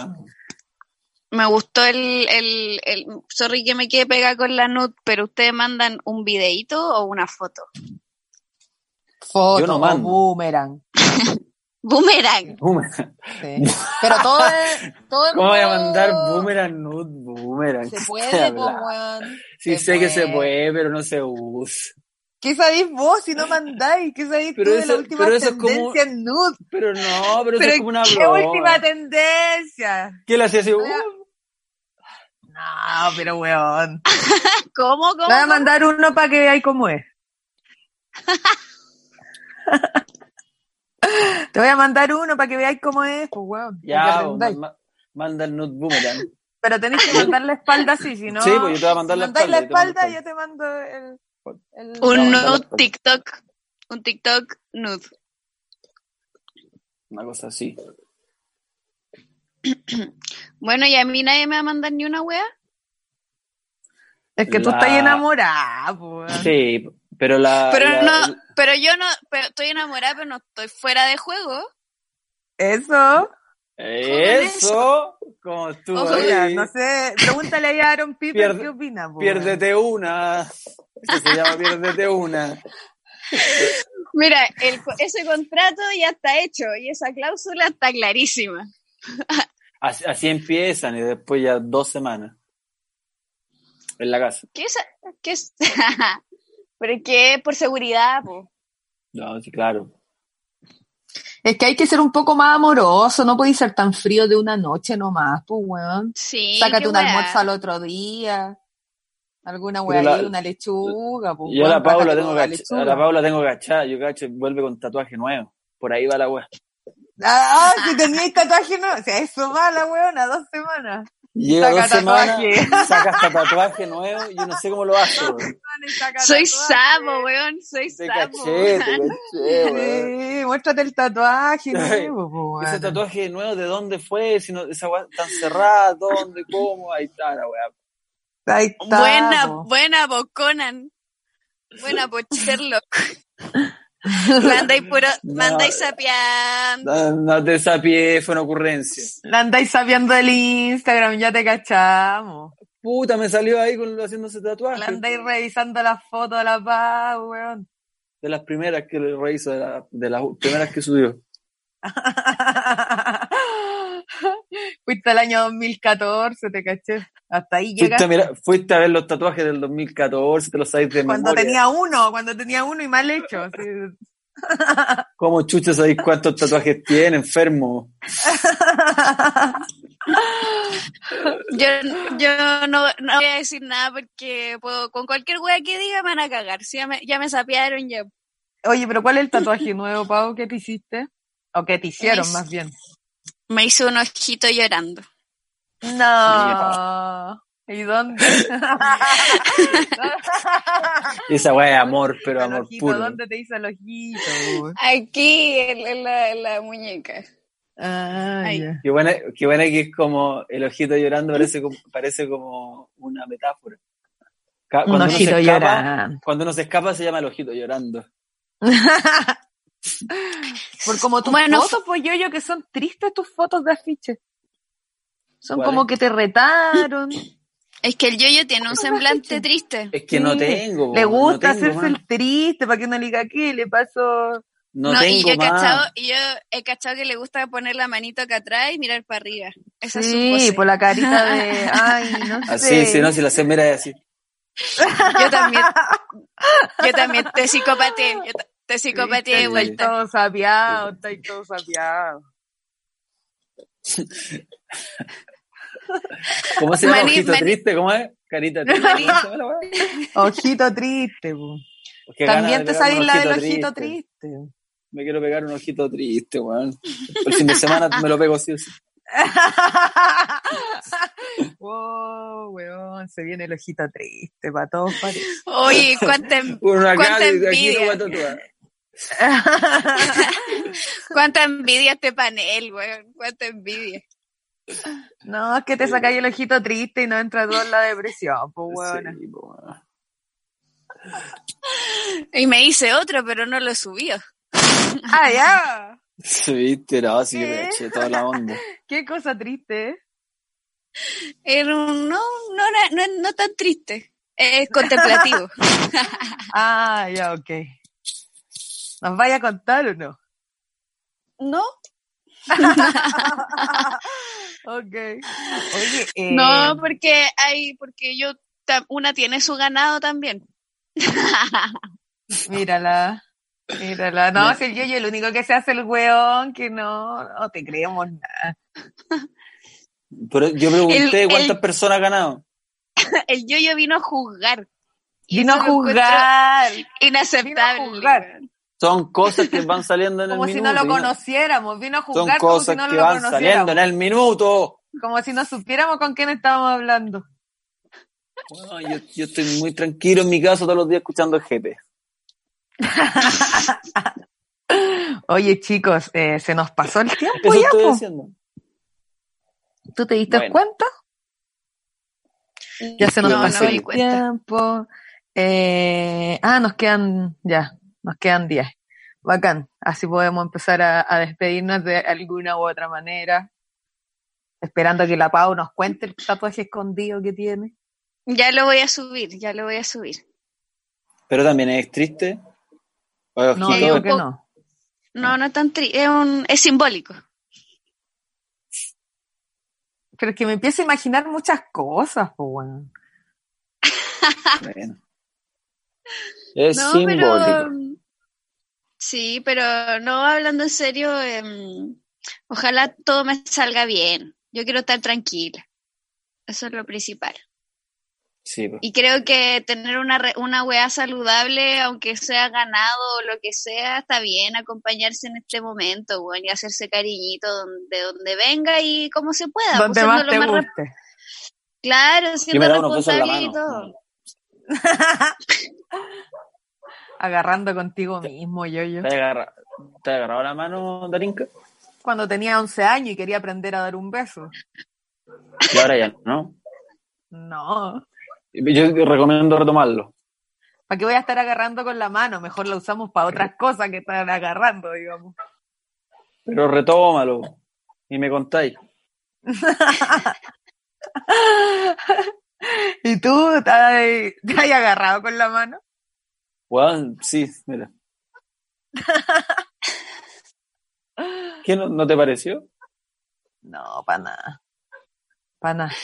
[SPEAKER 2] me gustó el, el, el, sorry que me quede pegada con la nut, pero ustedes mandan un videíto o una foto.
[SPEAKER 1] Foto
[SPEAKER 3] Yo no
[SPEAKER 1] o
[SPEAKER 3] mando.
[SPEAKER 1] boomerang.
[SPEAKER 2] Boomerang.
[SPEAKER 3] Boomerang.
[SPEAKER 1] sí. Pero todo es, todo es
[SPEAKER 3] ¿Cómo voy a
[SPEAKER 1] como-
[SPEAKER 3] mandar boomerang, nude, boomerang?
[SPEAKER 1] Se
[SPEAKER 3] ¿Qué
[SPEAKER 1] puede,
[SPEAKER 3] habla?
[SPEAKER 1] pues, weón. Se
[SPEAKER 3] Sí, sé que se
[SPEAKER 1] puede.
[SPEAKER 3] puede, pero no se usa.
[SPEAKER 1] ¿Qué sabéis vos si no mandáis? ¿Qué sabéis
[SPEAKER 3] Pero
[SPEAKER 1] tú de
[SPEAKER 3] eso-
[SPEAKER 1] la última
[SPEAKER 3] pero eso es como-
[SPEAKER 1] tendencia en nude?
[SPEAKER 3] Pero no, pero, eso es como una
[SPEAKER 1] ¿Qué
[SPEAKER 3] broma.
[SPEAKER 1] última tendencia?
[SPEAKER 3] ¿Qué le hacía así? Uh,
[SPEAKER 1] No, pero weón.
[SPEAKER 2] ¿Cómo, cómo?
[SPEAKER 1] Voy a mandar uno para que veáis cómo es. Te voy a mandar uno para que veáis cómo es, pues weón. para que
[SPEAKER 3] ya,
[SPEAKER 1] aprendáis.
[SPEAKER 3] ma- manda el nude boomerang.
[SPEAKER 1] Pero tenéis que mandar la espalda así, si no.
[SPEAKER 3] Sí, pues yo te voy a mandar
[SPEAKER 1] si
[SPEAKER 3] la
[SPEAKER 1] mandáis
[SPEAKER 3] espalda. yo te mando la
[SPEAKER 1] yo te mando el. el-
[SPEAKER 2] Un
[SPEAKER 3] mandar
[SPEAKER 2] nude
[SPEAKER 3] foto.
[SPEAKER 2] TikTok. Un TikTok nude.
[SPEAKER 3] Una cosa así.
[SPEAKER 2] Bueno, y a mí nadie me va a mandar ni una wea.
[SPEAKER 1] Es que tú
[SPEAKER 3] la-
[SPEAKER 1] estás enamorada, pues. weón.
[SPEAKER 3] Sí, pero la.
[SPEAKER 2] Pero
[SPEAKER 3] la-
[SPEAKER 2] no, pero yo no, pero estoy enamorada, pero no estoy fuera de juego.
[SPEAKER 1] Eso.
[SPEAKER 3] Eso, como estuvo
[SPEAKER 2] Ojo,
[SPEAKER 3] ahí.
[SPEAKER 1] Mira, no sé. Pregúntale ahí a Aaron Piper
[SPEAKER 3] Pierde-
[SPEAKER 1] qué opina, pues.
[SPEAKER 3] Piérdete una. Eso se llama piérdete una.
[SPEAKER 2] Mira, el co- ese contrato ya está hecho y esa cláusula está clarísima.
[SPEAKER 3] Así, así empiezan y después ya dos semanas. En la casa.
[SPEAKER 2] ¿Qué es? ¿Qué es? pero es que por seguridad, po.
[SPEAKER 3] No, sí, claro.
[SPEAKER 1] Es que hay que ser un poco más amoroso, no podéis ser tan frío de una noche nomás, pues weón.
[SPEAKER 2] Sí.
[SPEAKER 1] Sácate
[SPEAKER 2] qué
[SPEAKER 1] un
[SPEAKER 2] wea.
[SPEAKER 1] almuerzo al otro día. Alguna
[SPEAKER 3] Pero
[SPEAKER 1] weá ahí,
[SPEAKER 3] la-
[SPEAKER 1] una lechuga. Pues,
[SPEAKER 3] Yo a la
[SPEAKER 1] weón,
[SPEAKER 3] Paula
[SPEAKER 1] bájate
[SPEAKER 3] tengo
[SPEAKER 1] con la
[SPEAKER 3] gach-
[SPEAKER 1] lechuga.
[SPEAKER 3] a la Paula tengo gachada, yo cacho, vuelve con tatuaje nuevo. Por ahí va la wea.
[SPEAKER 1] Ah, ah, si teníais tatuaje, no. O sea, eso va la weona, dos semanas.
[SPEAKER 3] Llega
[SPEAKER 1] Saca
[SPEAKER 3] dos semanas,
[SPEAKER 1] tatuaje.
[SPEAKER 3] saca hasta tatuaje nuevo, yo no sé cómo lo hace, weón.
[SPEAKER 2] Soy sapo, weón, soy
[SPEAKER 3] Te
[SPEAKER 2] sapo.
[SPEAKER 3] caché, te
[SPEAKER 2] weón.
[SPEAKER 3] caché, weón.
[SPEAKER 1] Sí, muéstrate el tatuaje nuevo, pues,
[SPEAKER 3] Ese
[SPEAKER 1] weona.
[SPEAKER 3] tatuaje nuevo, ¿de dónde fue? Si no, esa weá tan cerrada, ¿dónde? ¿Cómo? Ahí está la weá.
[SPEAKER 1] Ahí está, pues.
[SPEAKER 2] Buena,
[SPEAKER 1] po.
[SPEAKER 2] buena, po, Conan. Buena, po, Sherlock. mandáis puro,
[SPEAKER 3] No.
[SPEAKER 2] mandáis sapeando.
[SPEAKER 3] No, no te sapié, fue una ocurrencia.
[SPEAKER 1] La andáis sabiendo del Instagram, ya te cachamos.
[SPEAKER 3] Puta, me salió ahí con, haciéndose tatuaje.
[SPEAKER 1] La andáis revisando las fotos de la paz, weón.
[SPEAKER 3] De las primeras que lo hizo, de, la- de las primeras que subió.
[SPEAKER 1] Fuiste al año 2014, te caché. Hasta ahí
[SPEAKER 3] Fuiste a,
[SPEAKER 1] llegaste.
[SPEAKER 3] mirar- fuiste a ver los tatuajes del 2014, te los sabes de
[SPEAKER 1] Cuando
[SPEAKER 3] memoria.
[SPEAKER 1] tenía uno, cuando tenía uno y mal hecho. así.
[SPEAKER 3] ¿Cómo chucha sabéis cuántos tatuajes tiene, enfermo?
[SPEAKER 2] Yo, yo no, no voy a decir nada porque puedo- con cualquier wea que diga me van a cagar. Si ya, me, ya me sapearon ya.
[SPEAKER 1] Oye, pero ¿cuál es el tatuaje nuevo, Pau, que te hiciste? O que te hicieron,
[SPEAKER 2] Es-
[SPEAKER 1] más bien.
[SPEAKER 2] Me hizo un ojito llorando.
[SPEAKER 5] No. ¿Y dónde?
[SPEAKER 3] Esa weá es amor, pero
[SPEAKER 5] El
[SPEAKER 3] amor
[SPEAKER 5] ojito,
[SPEAKER 3] puro.
[SPEAKER 5] ¿Dónde te hizo el ojito?
[SPEAKER 2] Aquí, en, en la, en la muñeca.
[SPEAKER 5] Ah,
[SPEAKER 2] Ay.
[SPEAKER 5] ya.
[SPEAKER 3] Qué buena, qué buena que es como el ojito llorando, parece, como- parece como una metáfora. Ca-
[SPEAKER 5] Un
[SPEAKER 3] uno se
[SPEAKER 5] ojito
[SPEAKER 3] escapa-
[SPEAKER 5] llorando.
[SPEAKER 3] Cuando uno se escapa se llama el ojito llorando.
[SPEAKER 1] Por como tus
[SPEAKER 2] Bueno,
[SPEAKER 1] fotos, pues yo, yo que son tristes tus fotos de afiche. Son
[SPEAKER 3] ¿Cuáles?
[SPEAKER 1] como que te retaron.
[SPEAKER 2] Es que el yoyo tiene un semblante triste.
[SPEAKER 3] Es que no
[SPEAKER 1] Sí,
[SPEAKER 3] tengo.
[SPEAKER 1] Le
[SPEAKER 3] Oh, no
[SPEAKER 1] gusta
[SPEAKER 3] tengo,
[SPEAKER 1] hacerse
[SPEAKER 3] man.
[SPEAKER 1] el triste para que no le diga qué le pasó.
[SPEAKER 3] No,
[SPEAKER 2] y yo
[SPEAKER 3] tengo
[SPEAKER 2] he
[SPEAKER 3] más.
[SPEAKER 2] cachado, y yo he cachado que le gusta poner la manito acá atrás y mirar para arriba. Esa es su
[SPEAKER 1] Sí,
[SPEAKER 2] pose.
[SPEAKER 1] por la carita de. Ay, no
[SPEAKER 3] Así,
[SPEAKER 1] sé.
[SPEAKER 3] si Ah, no, si la haces, mira, es así.
[SPEAKER 2] Yo también, yo también te psicopateé, yo ta- te psicopateé de
[SPEAKER 3] Sí.
[SPEAKER 2] vuelta.
[SPEAKER 1] Todo sabiado, está ahí todo sabiado.
[SPEAKER 3] ¿Cómo se llama
[SPEAKER 2] Maní-
[SPEAKER 3] ojito
[SPEAKER 2] maní-
[SPEAKER 3] triste? ¿Cómo es? Carita triste. ¿cómo se llama la weá?
[SPEAKER 1] Ojito triste, po.
[SPEAKER 3] Qué ganas
[SPEAKER 1] También
[SPEAKER 3] de
[SPEAKER 1] te
[SPEAKER 3] pegarme
[SPEAKER 1] salís
[SPEAKER 3] un
[SPEAKER 1] la del ojito triste.
[SPEAKER 3] Me quiero pegar un ojito triste, weón. El fin de semana me lo pego sí o sí.
[SPEAKER 1] wow, weón, se viene el ojito triste para todos parece.
[SPEAKER 2] Oye, cuánta, en-
[SPEAKER 3] Uno acá
[SPEAKER 2] Cuánta
[SPEAKER 3] y de aquí
[SPEAKER 2] envidia.
[SPEAKER 3] lo voy a tatuar.
[SPEAKER 2] cuánta envidia este panel, weón, cuánta envidia.
[SPEAKER 1] No, es que te sacáis el ojito triste y no entra todo en la depresión, pues weón.
[SPEAKER 3] Sí, po, weón.
[SPEAKER 2] Y me hice otro, pero no lo subió.
[SPEAKER 1] ¡Ah, ya!
[SPEAKER 3] Subiste, no, así que
[SPEAKER 2] ¿Eh?
[SPEAKER 1] ¿Qué?
[SPEAKER 3] me eché toda la onda.
[SPEAKER 1] Qué cosa triste, ¿eh?
[SPEAKER 2] Era un, no, no, era- no, es- no tan triste, es contemplativo.
[SPEAKER 1] Ah, ya, ok. ¿Nos vaya a contar o no?
[SPEAKER 2] ¿No?
[SPEAKER 1] Ok. Oye, eh,
[SPEAKER 2] No, porque hay, porque yo, ta- una tiene su ganado también.
[SPEAKER 1] mírala. Mírala. No, si el yo, el único que se hace el weón, que no, no te creemos nada.
[SPEAKER 3] Pero yo pregunté
[SPEAKER 2] El-
[SPEAKER 3] cuántas
[SPEAKER 2] el-
[SPEAKER 3] personas ganaron.
[SPEAKER 2] El yoyo vino a juzgar. Y
[SPEAKER 1] Vino a
[SPEAKER 2] eso lo encuentro
[SPEAKER 1] juzgar.
[SPEAKER 2] Inaceptable.
[SPEAKER 1] Vino a juzgar.
[SPEAKER 2] weón.
[SPEAKER 3] Son cosas que van saliendo en
[SPEAKER 1] Como
[SPEAKER 3] el
[SPEAKER 1] si
[SPEAKER 3] minuto.
[SPEAKER 1] no lo
[SPEAKER 3] y
[SPEAKER 1] conociéramos. Vino a
[SPEAKER 3] Son
[SPEAKER 1] juzgar como
[SPEAKER 3] cosas
[SPEAKER 1] si no
[SPEAKER 3] que
[SPEAKER 1] lo
[SPEAKER 3] van saliendo
[SPEAKER 1] conociéramos.
[SPEAKER 3] en el minuto.
[SPEAKER 1] Como si no supiéramos con quién estábamos hablando.
[SPEAKER 3] Bueno, yo, yo estoy muy tranquilo en mi casa todos los días escuchando el jefe.
[SPEAKER 1] Oye, chicos, eh, se nos pasó el tiempo
[SPEAKER 3] Eso
[SPEAKER 1] ya,
[SPEAKER 3] estoy
[SPEAKER 1] po?
[SPEAKER 3] diciendo.
[SPEAKER 1] ¿Tú te diste
[SPEAKER 3] Bueno.
[SPEAKER 1] cuenta? Ya se nos
[SPEAKER 2] No, no
[SPEAKER 1] pasó
[SPEAKER 2] me di
[SPEAKER 1] el
[SPEAKER 2] cuenta.
[SPEAKER 1] tiempo. Eh, ah, nos quedan, ya, nos quedan 10. Bacán. Así podemos empezar a, a despedirnos de alguna u otra manera. Esperando que la Pau nos cuente el tatuaje escondido que tiene.
[SPEAKER 2] Ya lo voy a subir, ya lo voy a subir.
[SPEAKER 3] Pero también es triste. Oye,
[SPEAKER 1] No,
[SPEAKER 3] ojito,
[SPEAKER 1] digo
[SPEAKER 2] un
[SPEAKER 1] que
[SPEAKER 2] poco.
[SPEAKER 1] no. Mm.
[SPEAKER 2] No, no es tan tri es, un- es simbólico.
[SPEAKER 1] Pero es que me empiezo a imaginar muchas cosas, pues bueno.
[SPEAKER 3] bueno. Es
[SPEAKER 2] no,
[SPEAKER 3] simbólico.
[SPEAKER 2] pero mm, sí, pero no hablando en serio, em, ojalá todo me salga bien. Yo quiero estar tranquila. Eso es lo principal.
[SPEAKER 3] Sí, po.
[SPEAKER 2] Y creo que tener una re- una weá saludable, aunque sea ganado o lo que sea, está bien acompañarse en este momento, weón, y hacerse cariñito donde donde venga y como se pueda, pues,
[SPEAKER 1] Donde
[SPEAKER 2] siendo
[SPEAKER 1] más
[SPEAKER 2] lo
[SPEAKER 1] te
[SPEAKER 2] más re-
[SPEAKER 1] guste.
[SPEAKER 2] claro,
[SPEAKER 3] Yo
[SPEAKER 2] siendo
[SPEAKER 3] me da unos besos en la
[SPEAKER 2] responsable y todo.
[SPEAKER 3] mano.
[SPEAKER 1] Agarrando contigo mismo, yo, yo.
[SPEAKER 3] ¿Te has agarra- te has agarrado la mano, Darinka?
[SPEAKER 1] Cuando tenía 11 años y quería aprender a dar un beso.
[SPEAKER 3] Y ahora ya no.
[SPEAKER 1] No.
[SPEAKER 3] Yo recomiendo retomarlo.
[SPEAKER 1] ¿Para qué voy a estar agarrando con la mano? Mejor la usamos para otras cosas que estar agarrando, digamos.
[SPEAKER 3] Pero retómalo. Y me contáis.
[SPEAKER 1] ¿Y tú te has te has agarrado con la mano?
[SPEAKER 3] Weón, sí, mira. ¿Qué no, no te pareció?
[SPEAKER 1] No, para nada. Para nada.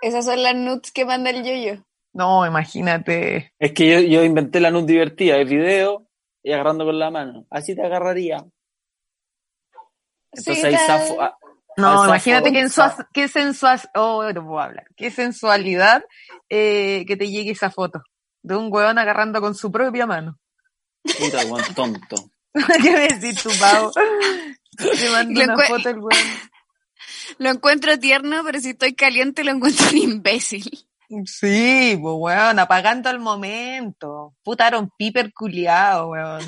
[SPEAKER 2] Esas son las nuts que manda el yoyo.
[SPEAKER 1] No, imagínate.
[SPEAKER 3] Es que yo, yo inventé la luz divertida, el video y agarrando con la mano. Así te agarraría. Entonces ahí zafo. ah,
[SPEAKER 1] No,
[SPEAKER 3] Ah,
[SPEAKER 1] imagínate
[SPEAKER 3] zafo,
[SPEAKER 1] qué,
[SPEAKER 3] zafo.
[SPEAKER 1] sensua- qué sensual, oh, no puedo hablar, qué sensualidad eh, que te llegue esa foto de un huevón agarrando con su propia mano.
[SPEAKER 3] puta, weón, tonto.
[SPEAKER 1] ¿Qué me decís tú, Pau? Te mando
[SPEAKER 2] Lo
[SPEAKER 1] una
[SPEAKER 2] encue-
[SPEAKER 1] foto el huevón.
[SPEAKER 2] Lo encuentro tierno, pero si estoy caliente lo encuentro un imbécil.
[SPEAKER 1] Sí, pues weón, apagando al momento. Puta Aaron Piper culiado, weón.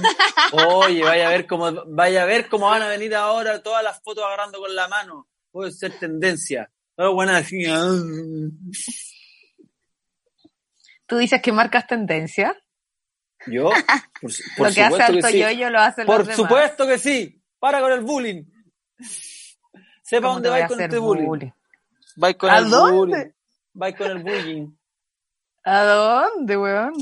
[SPEAKER 3] Oye, vaya a ver cómo, vaya a ver cómo van a venir ahora todas las fotos agarrando con la mano. Puede ser tendencia. Pero bueno, así. ah.
[SPEAKER 1] ¿Tú dices que marcas tendencia?
[SPEAKER 3] Yo, por, su- por
[SPEAKER 1] lo que hace
[SPEAKER 3] supuesto que
[SPEAKER 1] Alto
[SPEAKER 3] sí.
[SPEAKER 1] Yoyo lo hace
[SPEAKER 3] Por
[SPEAKER 1] los demás.
[SPEAKER 3] supuesto que sí. Para con el bullying. Sepa
[SPEAKER 1] ¿Cómo
[SPEAKER 3] dónde
[SPEAKER 1] te voy
[SPEAKER 3] vais
[SPEAKER 1] a
[SPEAKER 3] con
[SPEAKER 1] hacer
[SPEAKER 3] este bullying.
[SPEAKER 1] bullying?
[SPEAKER 3] Vais con
[SPEAKER 1] ¿A
[SPEAKER 3] el
[SPEAKER 1] dónde?
[SPEAKER 3] bullying. Vais con el bullying.
[SPEAKER 1] ¿A dónde, weón?